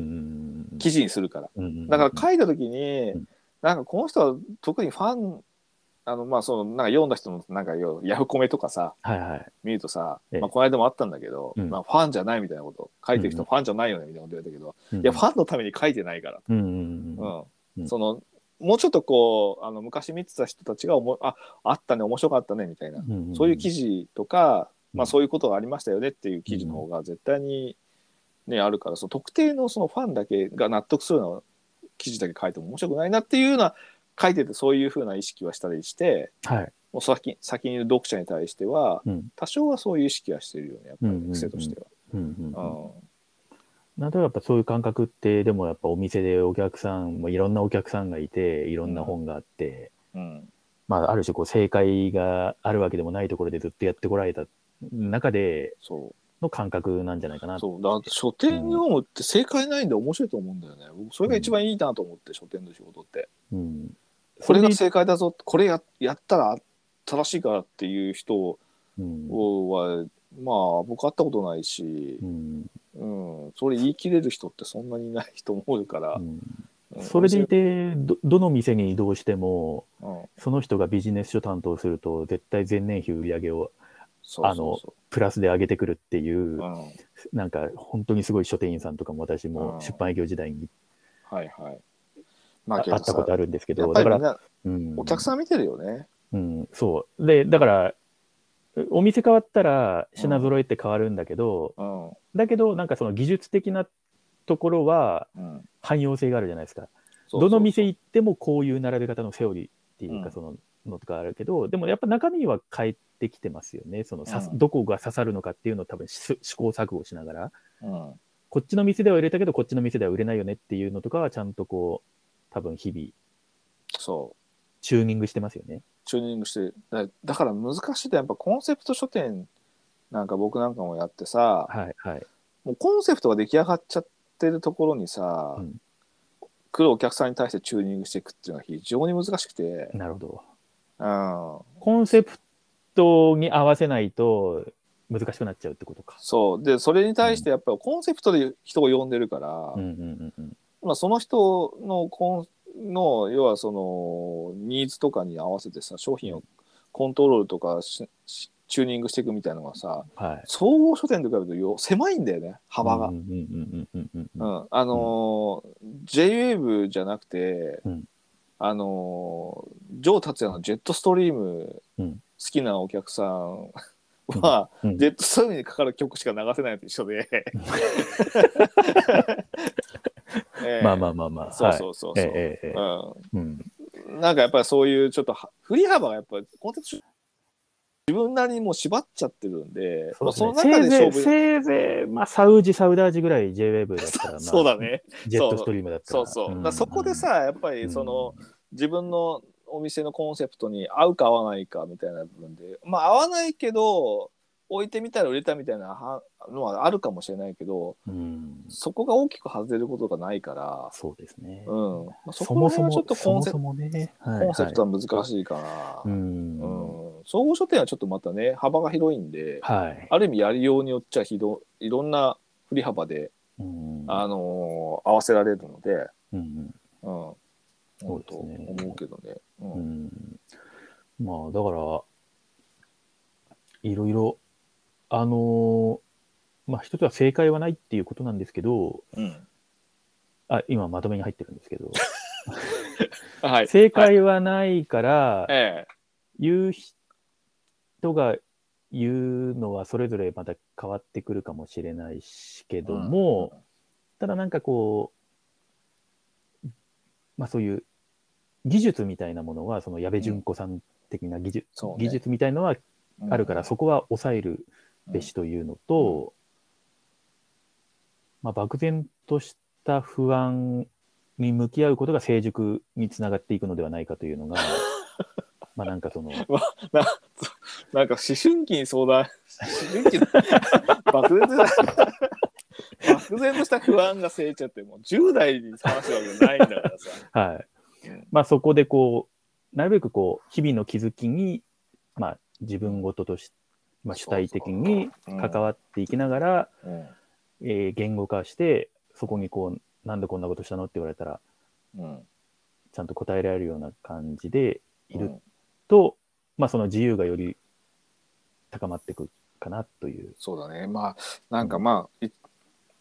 S2: ん
S1: 記事にするから。
S2: うんうん
S1: だから書いた時に、
S2: うん
S1: なんかこの人は特にファンあのまあそのなんか読んだ人のなんかよヤフコメとかさ
S2: はいはい
S1: 見るとさ、
S2: ええ
S1: まあ、この間もあったんだけど、
S2: うん
S1: まあ、ファンじゃないみたいなこと書いてる人
S2: うん
S1: ファンじゃないよねみたいなこと言われたけど、
S2: うん
S1: いやファンのために書いてないから、
S2: うんうんうん
S1: うん
S2: うん
S1: そのもうちょっとこうあの昔見てた人たちがおもああったね面白かったねみたいな、
S2: うんうん
S1: そういう記事とか、まあ、
S2: うん
S1: そういうことがありましたよねっていう記事の方が絶対に、ねあるからその特定のそのファンだけが納得するような記事だけ書いても面白くないなっていうような書いててそういうふうな意識はしたりして
S2: はい
S1: もう先先にいる読者に対しては
S2: うん
S1: 多少はそういう意識はしてるよねやっぱ
S2: うんうんう
S1: り
S2: ん
S1: 癖として
S2: うんうんうん
S1: は。
S2: なんとなくやっぱそういう感覚ってでもやっぱお店でお客さんもいろんなお客さんがいていろんな本があって、
S1: うんうん
S2: まあ、ある種こう正解があるわけでもないところでずっとやってこられた中で
S1: そ
S2: の感覚なんじゃないかな
S1: うそうだから書店に読むって正解ないんで面白いと思うんだよね。僕それが一番いいなと思って、書店の仕事って。
S2: うん、
S1: これが
S2: そ
S1: 正解だぞこれややったら正しいからっていう人を
S2: でうん
S1: は、まあ僕会ったことないし
S2: う、ん
S1: うん、それ言い切れる人ってそんなにいないと思うから
S2: う、ん
S1: うん
S2: それでい、てどどの店に移動しても
S1: うん、
S2: その人がビジネス書担当すると絶対前年比売り上げを
S1: そうそうそ、
S2: プラスで上げてくるっていうう、
S1: うん、はい
S2: なんか本当にすごい書店員さんとかも私
S1: う
S2: も
S1: ん
S2: 出版営業時代に
S1: はいま
S2: あ
S1: あ
S2: 会ったことあるんですけ
S1: や
S2: ど
S1: っぱ
S2: だ
S1: り
S2: か
S1: みん
S2: ら、
S1: な
S2: うん、
S1: お客さん見てるよね、
S2: うん、そう。で、だから、お店変わったら品揃えって変わるんだけど、
S1: うんう
S2: だけど、なんかその技術的なところは
S1: ん、
S2: 汎用性があるじゃないですか。
S1: そうそう
S2: どの店行ってもこういう並べ方のセオリーっていう
S1: う
S2: か、
S1: ん
S2: そののとかあるけど、でもやっぱ中身は変えてきてますよね。その刺す
S1: うん
S2: どこが刺さるのかっていうのを多分し試行錯誤しながら、
S1: うん
S2: こっちの店では売れたけど、こっちの店では売れないよねっていうのとかはちゃんとこう、多分日々
S1: そう
S2: チューニングしてますよね。
S1: チューニングしてだだから難しいってやっぱコンセプト書店なんか僕なんかもやってさ、
S2: はいはい。
S1: もうコンセプトが出来上がっちゃってるところにさ、
S2: うん
S1: 来るお客さんに対してチューニングしていくっていうのは非常に難しくて、うん、
S2: なるほど。
S1: そ
S2: コンセプトに合わせないと難しくなっちゃうってことか。
S1: うでそれに対してやっぱりコンセプトで人を呼んでるから、
S2: うんうんうん
S1: まあ、その人のコンの要はそのニーズとかに合わせてさ商品をコントロールとかししチューニングしていくみたいなのがさ
S2: うん。はい。
S1: 総合書店と比べるとよ狭いんだよね幅が
S2: うん。うんうんうんうん
S1: う
S2: うん
S1: ん、あのー JWAVE じゃなくて、
S2: うん
S1: あのージョー達也のジェットストリーム
S2: う
S1: 好
S2: ん
S1: きなお客さんは、
S2: うんうん
S1: ジェットストリームにかかる曲しか流せないのと一緒 で、ええ
S2: まあまあまあまあ。
S1: そう
S2: う。
S1: そうそう
S2: え
S1: そう、
S2: えええええうん。
S1: うん、なんかやっぱりそういうちょっとは振り幅がやっぱりコンテンツ自分なりにもう縛っちゃってるんで
S2: そうですね
S1: まあ、その中で
S2: せい
S1: 勝
S2: ぜい、
S1: 負
S2: せいぜい、まあ、サウジ、サウダージぐらい JWAVE だったら、ま あ、
S1: そうだ。ね
S2: ジェットストリームだった
S1: そ
S2: ら。
S1: うそう、だ
S2: ん
S1: からそこでさ、、やっぱりその、自分のお店のコンセプトに合うか合わないかみたいな部分でまあ合わないけど置いてみたら売れたみたいなはのはあるかもしれないけど
S2: うん、うん
S1: そこが大きく外れることがないから、
S2: そうですね。
S1: うんまあ、そこ
S2: そ
S1: ら
S2: もそ
S1: 辺はちょ
S2: も、
S1: っとコンセ
S2: そもそもね、はい
S1: コンセプ
S2: は
S1: トは難しいかな、
S2: い、う。
S1: うんん総合書店はちょっとまたね幅が広いんで
S2: はい。
S1: ある意味やりようによっちゃひどいろんな振り幅で、
S2: うん
S1: あのー合わせられるので、
S2: うんうん
S1: うん、ほんと
S2: そうですね
S1: 思うけどね。う
S2: うんん、まあだからいろいろあのーまあ一つは正解はないっていうことなんですけど
S1: うん
S2: あ今まとめに入ってるんですけど
S1: はい。
S2: 正
S1: はい
S2: 解はないから
S1: え
S2: 言う人が言うのはそれぞれまた変わってくるかもしれないしけ
S1: え
S2: ども、ただなんかこうまあそういう技術みたいなものはその矢部純子さん的な技術,、
S1: そうね
S2: 技術みたいのはあるから、そこは抑えるべしというのと、まあ、漠然とした不安に向き合うことが成熟につながっていくのではないかという のがまあなんかその
S1: なんか思春期に相談、思春期の漠然とした、漠然とした不安が生えちゃって、もう10代に話すわけないんだからさ。
S2: はい
S1: うん。
S2: まあそこでこう、なるべくこう、日々の気づきに、まあ自分事とし、まあ主体的に関わっていきながら、
S1: うん
S2: えー言語化して、そこにこう、なんでこんなことしたのって言われたら、
S1: うん
S2: ちゃんと答えられるような感じでいる
S1: うん
S2: と、まあその自由がより高まってくかなという。
S1: そうだね。まあ、なんかまあ、い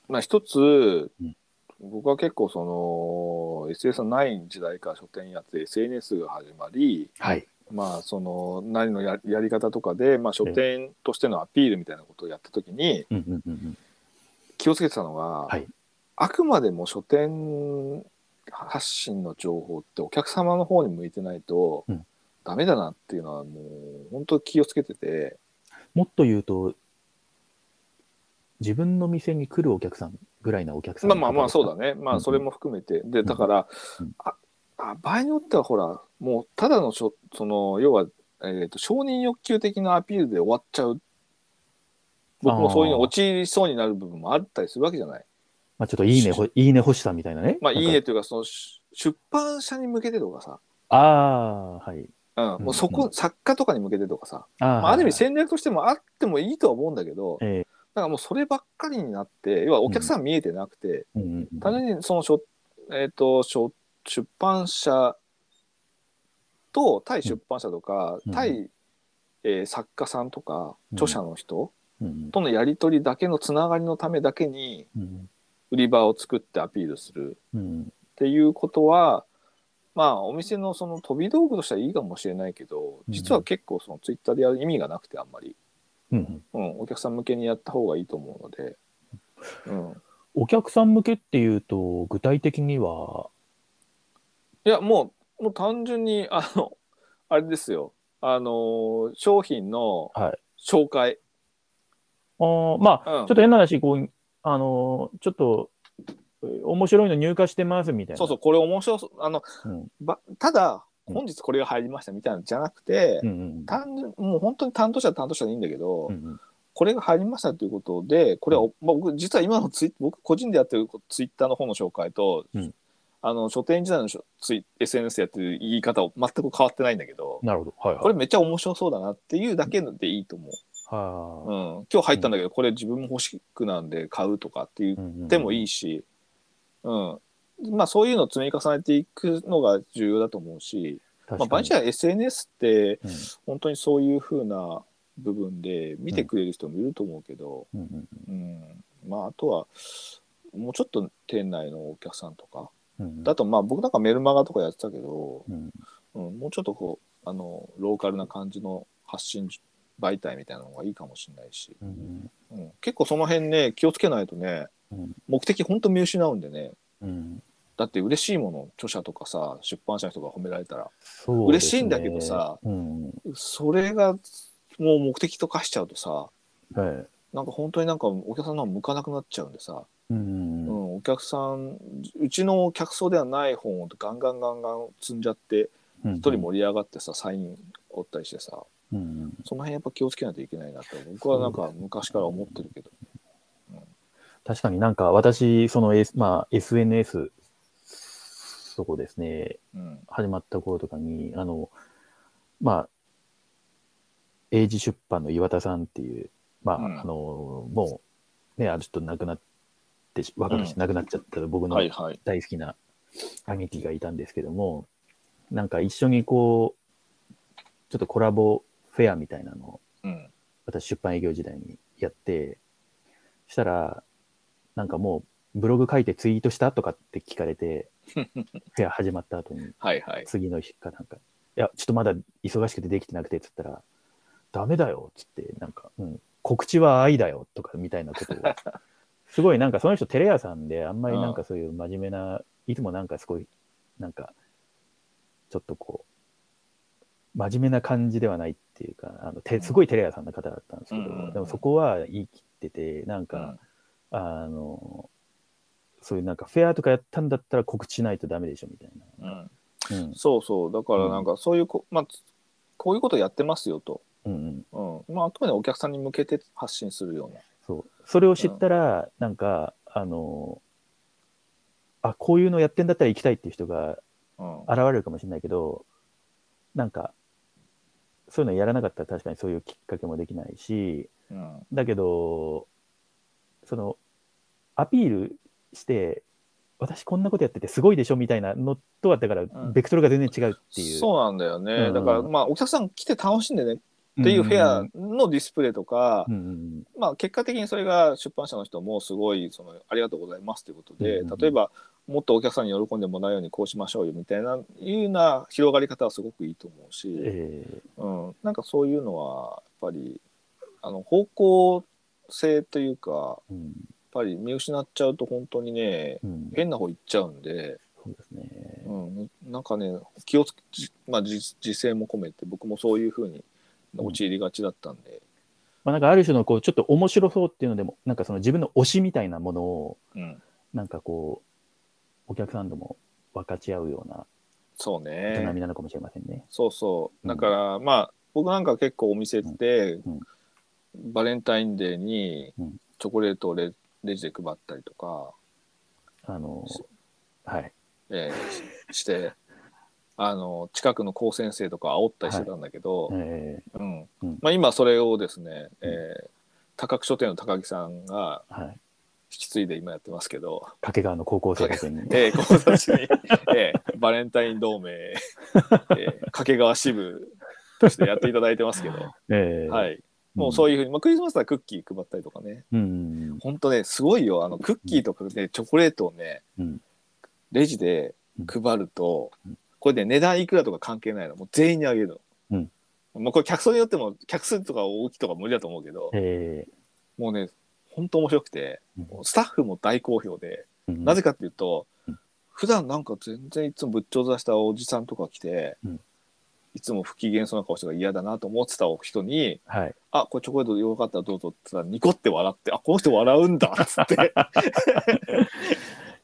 S1: まあ一つ
S2: うん、
S1: 僕は結構その SNS のない時代から書店やって SNS が始まり、
S2: はい。
S1: まあその何のややり方とかで、まあ、書店としてのアピールみたいなことをやった時に
S2: うんうんうんうん。
S1: 気をつけてたのが、
S2: はい
S1: あくまでも書店発信の情報ってお客様の方に向いてないと
S2: うん
S1: ダメだなっていうのはもう本当気をつけてて
S2: もっと言うと、自分の店に来るお客さんぐらいなお客さん
S1: ま
S2: の
S1: あ
S2: 方
S1: まあまあそう
S2: で
S1: だねま
S2: う
S1: あ
S2: ん
S1: それも含めてでだから
S2: うん
S1: ああ場合によってはほらもうただのしょその要は、えー、と承認欲求的なアピールで終わっちゃう僕もそういうの陥りそうになる部分もあったりするわけじゃない。
S2: まあ、ちょっといいねほ、いいね欲しさみたいなね。
S1: まあ、
S2: ないん
S1: い
S2: か
S1: ね。というか、その出出版社に向けてとかさ、
S2: ああー、はい。
S1: うん、もうそこ、
S2: うんう
S1: 作家とかに向けてとかさ、
S2: あー、
S1: まあ、ある意味
S2: はい
S1: 戦略としてもあってもいいとは思うんだけど、
S2: ええ
S1: なんかもうそればっかりになって、要はお客さん見えてなくて、
S2: はいうんうんうん
S1: 単純にその書、えっ、と、書出版社と対出版社とか、
S2: うん
S1: 対、えー作家さんとか、
S2: うん
S1: 著者の人
S2: うん
S1: とのやり取りだけのつながりのためだけに、
S2: うん
S1: 売り場を作ってアピールする。
S2: うん
S1: っていうことはまあお店のその飛び道具としてはいいかもしれないけど
S2: うん
S1: 実は結構そのツイッターでやる意味がなくてあんまり、
S2: うん
S1: うん、お客さん向けにやった方がいいと思うので、うん、
S2: お客さん向けっていうと、具体的には、
S1: いやもうもう単純にあのあれですよあの商品の
S2: はい
S1: 紹介、
S2: あーまあ、
S1: うん
S2: ちょっと変な話、こう、あのーちょっと、えー面白いの入荷してますみたいな。
S1: そうそうこれ面白そうあの
S2: う。うん
S1: ばただ
S2: うん
S1: 本日これが入りましたみたいなのじゃなくて、
S2: うんうん
S1: 単純もう本当に担当者は担当者でいいんだけど、
S2: うんうん
S1: これが入りましたということで、これはお、まあ僕、実は今のツイ僕個人でやってるツイッターの方の紹介と、
S2: うん
S1: あの書店時代のしょツイ SNS やってる言い方を全く変わってないんだけど、
S2: なるほど。はいはい。
S1: これめっちゃ面白そうだなっていうだけでいいと思う。
S2: は
S1: うん、今日入ったんだけど、これ自分も欲しくなんで買うとかって言
S2: あ、うんうん
S1: ってもいいし、うん。まあそういうのを積み重ねていくのが重要だと思うし、
S2: 確
S1: まあ、
S2: か
S1: 場合
S2: に
S1: によっては SNS って
S2: うん
S1: 本当にそういう風な部分で見てくれる人もいると思うけど、
S2: うんうん
S1: うん、まああとはもうちょっと店内のお客さんとか
S2: うん
S1: だとまあ僕なんかメルマガとかやってたけど、
S2: うん
S1: うん、もうちょっとこうあのローカルな感じの発信媒体みたいなのがいいかもしれないし、
S2: うん
S1: うん、結構その辺ね気をつけないとね、
S2: うん
S1: 目的ほんと見失うんでね
S2: うん
S1: だって嬉しいもの著者とかさ出版社の人が褒められたら
S2: そうです
S1: 嬉
S2: ね
S1: しいんだけどさ
S2: うん
S1: それがもう目的と化しちゃうとさ
S2: はい
S1: なんか本当になんかお客さんの方向かなくなっちゃうんでさ、
S2: うん
S1: うん、お客さんうちの客層ではない本をガンガンガンガン積んじゃって
S2: 一
S1: 一人盛り上がってさサインおったりしてさ
S2: うん、
S1: その辺やっぱ気をつけないといけないなって僕はなんか昔から思ってるけど
S2: 確かになんか私、その、S まあ、SNS、そこですね、
S1: うん
S2: 始まった頃とかに、あの、まあ、英字出版の岩田さんっていう、まあ、
S1: うん
S2: あの、もう、ね、あのちょっと亡くなってし、若くし
S1: うん
S2: 亡くなっちゃった僕の
S1: はいはい
S2: 大好きなアゲティがいたんですけども、なんか一緒にこう、ちょっとコラボフェアみたいなのを
S1: うん。
S2: 私出版営業時代にやって、したら、なんかもうブログ書いてツイートしたとかって聞かれて、フェア始まった後に、
S1: はいはい。
S2: 次の日かなんか、いや、ちょっとまだ忙しくてできてなくて、つったら、ダメだよ、つって、なんか、うん、告知は愛だよ、とか、みたいな ことを。すごい、なんかその人、テレ屋さんで、あんまりなんかそういう真面目な、いつもなんかすごい、なんか、ちょっとこう、真面目な感じではないっていうか、あのてすごいテレ屋さんの方だったんですけど、
S1: うんうんうん
S2: でもそこは言い切ってて、なん
S1: う
S2: か、
S1: ん
S2: あの、そういうなんかフェアとかやったんだったら告知しないとダメでしょみたい
S1: うん、
S2: な。うん。
S1: そうそう。だからなんかそういうこ、まあ、こういうことやってますよと。
S2: うんうん。
S1: うん。まあ、あくまでお客さんに向けて発信するような。
S2: そう。それを知ったら、なんか、あの、あ、こういうのやってんだったら行きたいっていう人が
S1: うん
S2: 現れるかもしれないけど、なんか、そういうのやらなかったら確かにそういうきっかけもできないし、
S1: うん
S2: だけど、その、アピールして、私こんなことやっててすごいでしょみたいなのとは、だから
S1: ん、
S2: ベクトルが全然違うっていう。
S1: そうなんだよね、
S2: うん
S1: だからまあお客さん来て楽しんでね
S2: うん
S1: っていうフェアのディスプレイとか、
S2: うんうん
S1: まあ、結果的にそれが出版社の人もすごいそのありがとうございますということで、
S2: うん
S1: 例えばもっとお客さんに喜んでもらうようにこうしましょうよみたいないうような広がり方はすごくいいと思うし、
S2: ええ
S1: うん、なんかそういうのはやっぱりあの方向性というかやっ
S2: うん
S1: ぱり見失っちゃうと本当にね
S2: うん
S1: 変な方行っちゃうんで、
S2: そうですね。
S1: うん、なんかね気をつけ、じまあ、じ自制も込めて僕もそういうふうに陥りがちだったんで、
S2: まあ、なんかある種のこうちょっと面白そうっていうのでもなんかその自分の推しみたいなものを
S1: うん、
S2: なんかこうお客さんとも分かち合うような
S1: そうね。
S2: 営みなのかもしれませんね。
S1: そうそうう。
S2: ん
S1: だから、まあ、僕なんか結構お店で、
S2: ん
S1: バレンタインデーに
S2: うん
S1: チョコレートをレレジで配ったりとか、
S2: あの
S1: そ
S2: はい、
S1: えーし して、あの、近くの高先生とか煽ったりしてたんだけど、
S2: え
S1: うん
S2: うん
S1: まあ、今それをですね、え
S2: うん
S1: ー高久書店の高木さんが
S2: ーはい、
S1: 引き継いで今やってますけど、
S2: 掛川の高校生 たちに、
S1: えー、この雑誌に、えーバレンタイン同盟、えー掛川支部としてやっていただいてますけど、
S2: え、
S1: はいい。もうそう
S2: い
S1: いうふうに、まあ、クリスマスはクッキー配ったりとかね。
S2: うん、うん
S1: ほんとね、すごいよ。あの、クッキーとかでチョコレートをね、
S2: うん
S1: レジで配ると、これね、値段いくらとか関係ないの。もう全員にあげるの。まあ、これ客層によっても、客数とか大きいとか無理だと思うけど、
S2: え
S1: もうね、ほんと面白くて、
S2: ー
S1: もうスタッフも大好評で、
S2: うん
S1: なぜかっていうと
S2: うん、
S1: 普段なんか全然いつも仏頂座したおじさんとか来て
S2: うん、
S1: いつも不機嫌そうな顔してたから嫌だなと思ってた人に、
S2: はい、
S1: あ、これチョコレートよかったらどうぞって言ったら、ニコって笑って、あ、この人笑うんだっつって。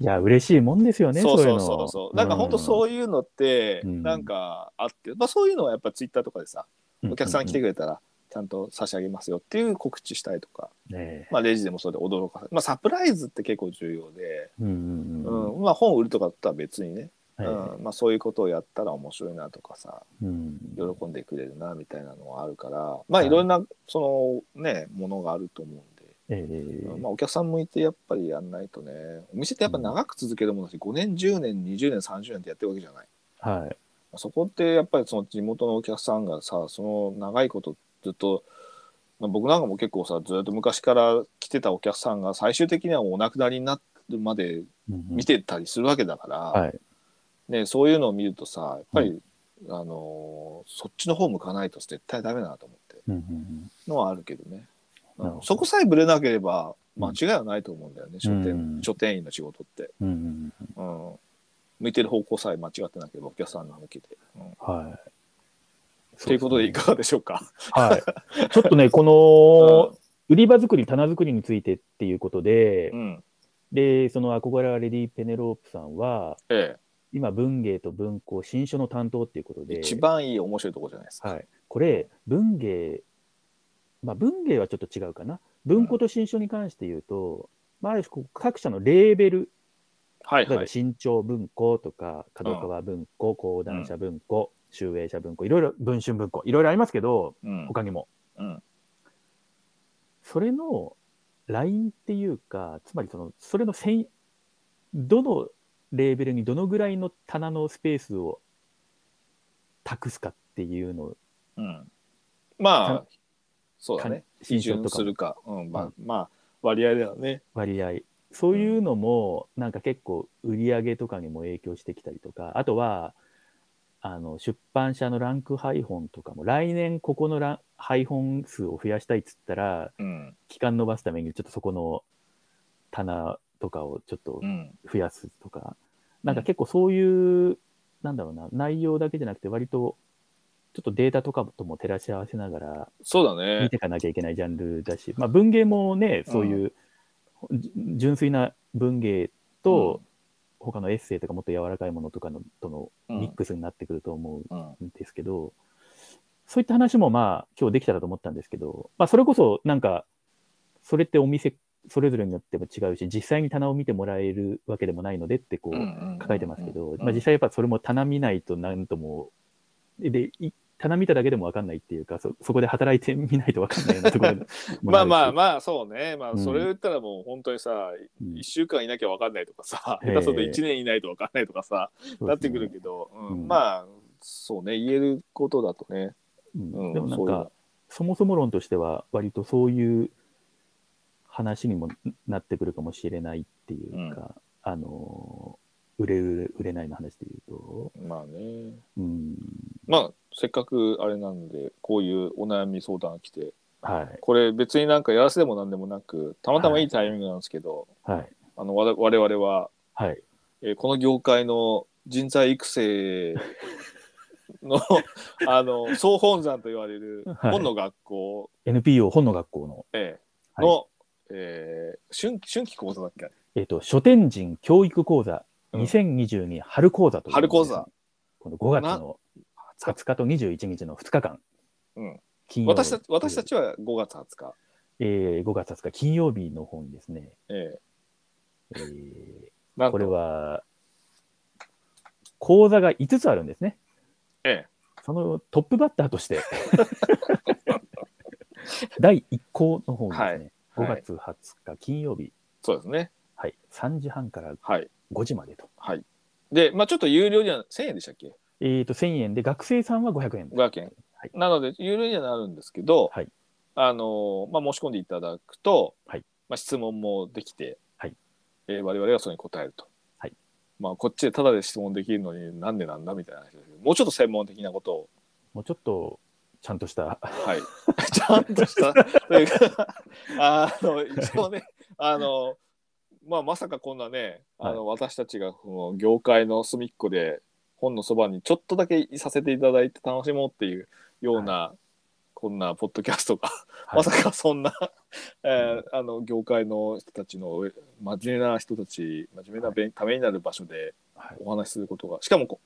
S2: いや嬉しいもんですよね
S1: そう
S2: い
S1: そうう
S2: の
S1: そうそう。なんか本当
S2: う
S1: そういうのって、
S2: うん
S1: なんかあって、まあそういうのはやっぱツイッターとかでさ、
S2: う
S1: お客さん来て
S2: く
S1: くれたら、ちゃんと差し上げますよっていう告知したりとか、
S2: れ、え
S1: まあレジでもそれで驚かせまあサプライズって結構重要で、
S2: ーうん
S1: う
S2: うんうん
S1: ん、まあ本売るとかだったら別にね、
S2: えー
S1: うん、まあそういうことをやったら面白いなとかさ、
S2: うん
S1: 喜んでくれるなみたいなのはあるから、まあいろんな、そのね、ものがあると思うんで。
S2: えー
S1: まあ、お客さん向いてやっぱりやんないとねお店ってやっぱ長く続けるものだし5年10年20年30年ってやってるわけじゃない
S2: はい
S1: そこってやっぱりその地元のお客さんがさその長いことずっと、まあ、僕なんかも結構さずっと昔から来てたお客さんが最終的にはもうお亡くなりになるまで
S2: うんうん
S1: 見てたりするわけだから、
S2: はい
S1: ね、そういうのを見るとさやっぱり、あのーそっちの方向かないと絶対ダメだなと思って
S2: うんうんうん
S1: のはあるけどね、うん
S2: なるほど
S1: そこさえぶれなければ間違いはないと思うんだよね、書店
S2: うん
S1: 書店員の仕事って、
S2: うんうんうん
S1: うん、向いてる方向さえ間違ってなければお客さんに向けて、うん
S2: はい。
S1: ということでいかがでしょうか、
S2: はい。ちょっ とね、この、売り場作り、棚作りについてっていうことで、
S1: うん
S2: で、その憧れはレディー・ペネロープさんは、
S1: え
S2: 今、文芸と文庫、新書の担当っていうこと
S1: え
S2: で、
S1: 一番いい面白いとこじゃないですか、
S2: はい、これ、文芸、まあ、文芸はちょっと違うかな。文庫と新書に関して言うと、まあ、ある種こう各社のレーベル、
S1: はい
S2: 例え
S1: は
S2: ば
S1: い
S2: 新潮文庫とか、角川文庫、講談社文庫、集英社文庫、いろいろ文春文庫、いろいろありますけど、
S1: うん
S2: 他にも。
S1: うん
S2: それのラインっていうか、つまりその、それの専、どのレーベルにどのぐらいの棚のスペースを託すかっていうのを
S1: うん、まあ
S2: か
S1: そうだね
S2: 新
S1: 批
S2: 書
S1: 准
S2: とか
S1: す
S2: も
S1: るか、うんまあ
S2: うん
S1: まあ割合だよね
S2: 割合そういうのもなんか結構売り上げとかにも影響してきたりとかあとはあの出版社のランク配本とかも来年ここのラン配本数を増やしたいっつったら
S1: うん
S2: 期間延ばすためにちょっとそこの棚とかをちょっと
S1: うん
S2: 増やすとか、なんか結構そういうなんだろうな内容だけじゃなくて割とちょっとデータとかとも照らし合わせながら
S1: そうだ
S2: 見
S1: ね
S2: ていかなきゃいけないジャンルだし、まあ、文芸もねそういうじ純粋な文芸と他のエッセイとかもっと柔らかいものとかのとの
S1: うん
S2: ミックスになってくると思
S1: うん
S2: うんですけど、そういった話もまあ今日できたらと思ったんですけど、まあ、それこそなんかそれってお店それぞれによっても違うし実際に棚を見てもらえるわけでもないのでってこう、
S1: うん
S2: 書いてますけど、
S1: うん
S2: まあ、実際やっぱそれも棚見ないとなんともでい棚見ただけでも分かんないっていうかそそこで働いてみないと分かんないようなところで も
S1: まあまあ
S2: ま
S1: まあそうねま
S2: う
S1: あ
S2: ん
S1: それを言ったらもう本当にさ、1週間いなきゃ分かんないとかさ、
S2: ええ
S1: 下手すると1年いないと分かんないとかさ、なってくるけど、うん
S2: うん
S1: まあそうね言えることだとね、
S2: ど、
S1: うん、
S2: でもなん
S1: そういう
S2: か
S1: の
S2: そもそも論としては割とそういう話にもなってくるかもしれないっていうか、あの売れる売れないの話で言うと、
S1: まあね
S2: うん、
S1: まあせっかくあれなんでこういうお悩み相談が来て
S2: はい
S1: これ別になんかやらせでもなんでもなくたまたまいいタイミングなんですけど、
S2: はい
S1: あのわ我々は、
S2: はい
S1: えーこの業界の人材育成 のあの総本山と言われる
S2: はい
S1: 本の学校、
S2: NPO 本の学校の、
S1: ええ
S2: はい
S1: の、ええ春春季講座だっけあれ
S2: えっと書店人教育講座
S1: うん
S2: 2022春講座という、
S1: 春講座。
S2: この5月の20日と21日の2日間。
S1: うん
S2: 金曜日
S1: 私た私たちは5月20日、
S2: えー、5月20日金曜日の方にですね、
S1: ええ
S2: えー
S1: なんと
S2: これは、講座が5つあるんですね。
S1: え
S2: そのトップバッターとして、 第1項の方にですね、
S1: はいはい
S2: 5月20日金曜日、
S1: そうですね
S2: はい、3時半から
S1: はい
S2: 5時までと。
S1: はいでまあちょっと有料には1000円でしたっけ
S2: えっ、と、1000円で、学生さんは500円。
S1: 500円、
S2: はい
S1: なので有料にはなるんですけど、
S2: はい
S1: あのまあ、申し込んでいただくと、
S2: はい
S1: まあ、質問もできて、
S2: はい
S1: えー我々はそれに答えると、
S2: はい
S1: まあ、こっちでただで質問できるのになんでなんだみたいな話ですけどもうちょっと専門的なことを、
S2: もうちょっと、ちゃんとした、
S1: はい、 ちゃんとしたというか あの一 応ねあの、まあ、まさかこんなねあの、私たちがこの業界の隅っこで本のそばにちょっとだけいさせていただいて楽しもうっていうような、こんなポッドキャストが、
S2: はい
S1: まさかそんな、えーあの業界の人たちの真面目な人たち真面目なべんためになる場所で
S2: はい
S1: お話しすることがしかもこ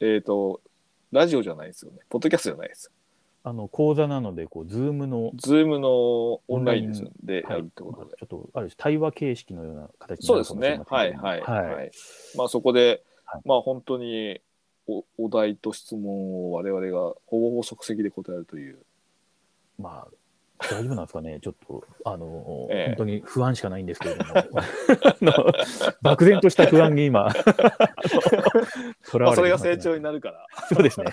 S1: えっ、とラジオじゃないですよねポッドキャストじゃないです
S2: あの講座なので、こう、ズームの、
S1: ズームのオンラインですよで
S2: は
S1: や
S2: い
S1: るってことで、
S2: ちょっとある種対話形式のような形に
S1: そ
S2: な
S1: うで
S2: る
S1: す
S2: かもしれ
S1: ね
S2: ません
S1: はい
S2: けど
S1: はいはい、
S2: はい
S1: まあそこで、
S2: はい
S1: まあ本当におお題と質問を我々がほぼほぼ即席で答えるという
S2: まあ、大丈夫なんですかね、ちょっ と、あの、
S1: ええ
S2: 本当に不安しかないんですけれ ども、あの漠然とした不安に今、
S1: まあそ
S2: とらわれて
S1: れ
S2: ま
S1: が
S2: す
S1: 成長に
S2: ね。
S1: なるから、
S2: そうですね。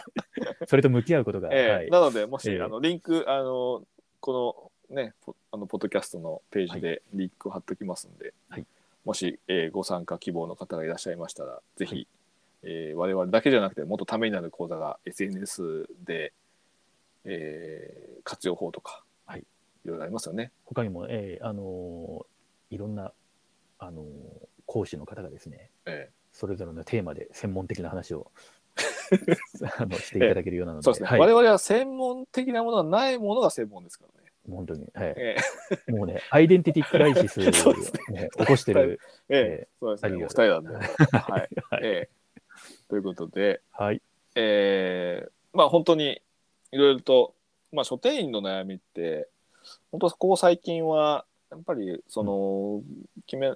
S2: それと向き合うことが、
S1: ええ
S2: はい
S1: なのでもし、
S2: ええ
S1: あのリンクあのこのねポあのポッドキャストのページでリンクを貼っときますんで、
S2: はい
S1: もし、えーご参加希望の方がいらっしゃいましたらぜひ、
S2: はい
S1: えー我々だけじゃなくてもっとためになる講座が SNS で、えー活用法とか、
S2: はい
S1: いろいろありますよね。
S2: 他にも、ええあの、いろんな、あの、講師の方がですね、
S1: え
S2: それぞれのテーマで専門的な 話をあのしていただけるような
S1: ー
S2: ので、
S1: そうですね、
S2: はい、
S1: 我
S2: も
S1: 々は専門的なものはないものが専門ですからね。
S2: う本当に、はい
S1: え
S2: もうね、アイデンティティクライシス を、
S1: そうです
S2: ね起こしてる、
S1: ーえ
S2: え
S1: ーそうです
S2: あり
S1: ね。お
S2: が
S1: 二
S2: と
S1: 人なんで。 はい、えーということで、
S2: ーはい、
S1: えーまあ本当にいろいろと、まあ、書店員の悩みって本当ここ最近はやっぱりその、決め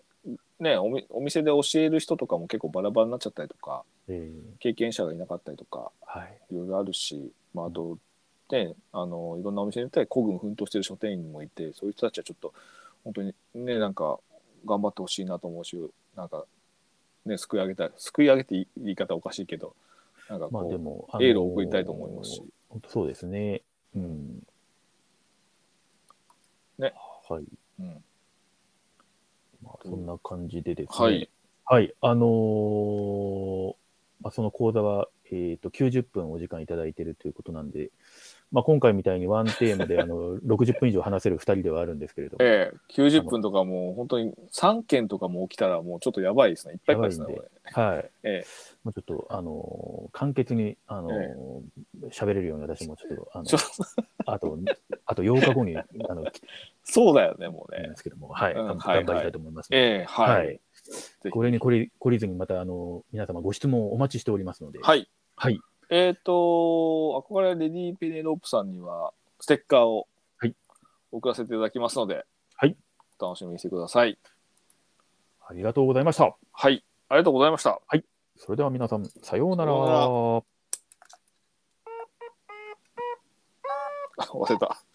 S1: ねおみお店で教える人とかも結構バラバラになっちゃったりとか
S2: えー
S1: 経験者がいなかったりとか
S2: はい、
S1: いろいろあるし、まあ、あと、ね、あのいろんなお店に行ったり孤軍奮闘してる書店員もいてそういう人たちはちょっと本当にねなんか頑張ってほしいなと思うしなんかね、すくい上げたすくい上げって言い言い方おかしいけどなんか
S2: まあで
S1: こ
S2: も、
S1: う、エールを送りたいと思いますし。
S2: 本当そうですね。うん。
S1: ね。
S2: はい。
S1: うん
S2: まあ、そんな感じでですね。
S1: はい。
S2: はい。あのーまあ、その講座は、えっ、と、90分お時間いただいているということなんで、まあ、今回みたいにワンテー マで、あの、60分以上話せる2人ではあるんですけれども、
S1: ええ90分とかもう本当に3件とかも起きたらもうちょっとやばいですねいっぱいいっぱいですね
S2: やばいんで
S1: これ
S2: はい。
S1: え
S2: まあ、ちょっと、あのー簡潔に、あのー喋、れるように私もちょっと、あの
S1: え、ちょ
S2: あと、あと8日後に、あの、来て
S1: そうだよねもう
S2: るん
S1: ね
S2: ですけども、はい。
S1: うん
S2: 頑
S1: はい
S2: 張りたいと思いますので、
S1: ええ
S2: は
S1: はいい。ひ
S2: これにこれ、懲りずにまた、あの、皆様ご質問をお待ちしておりますので。。
S1: はいい
S2: はい。
S1: えっ、と憧れレディーペネロープさんにはステッカーを
S2: はい
S1: 送らせていただきますので、
S2: はい
S1: お楽しみにしてください
S2: ありがとうございました。
S1: はいありがとうございました
S2: それでは皆さん、さようなら。
S1: さような忘れた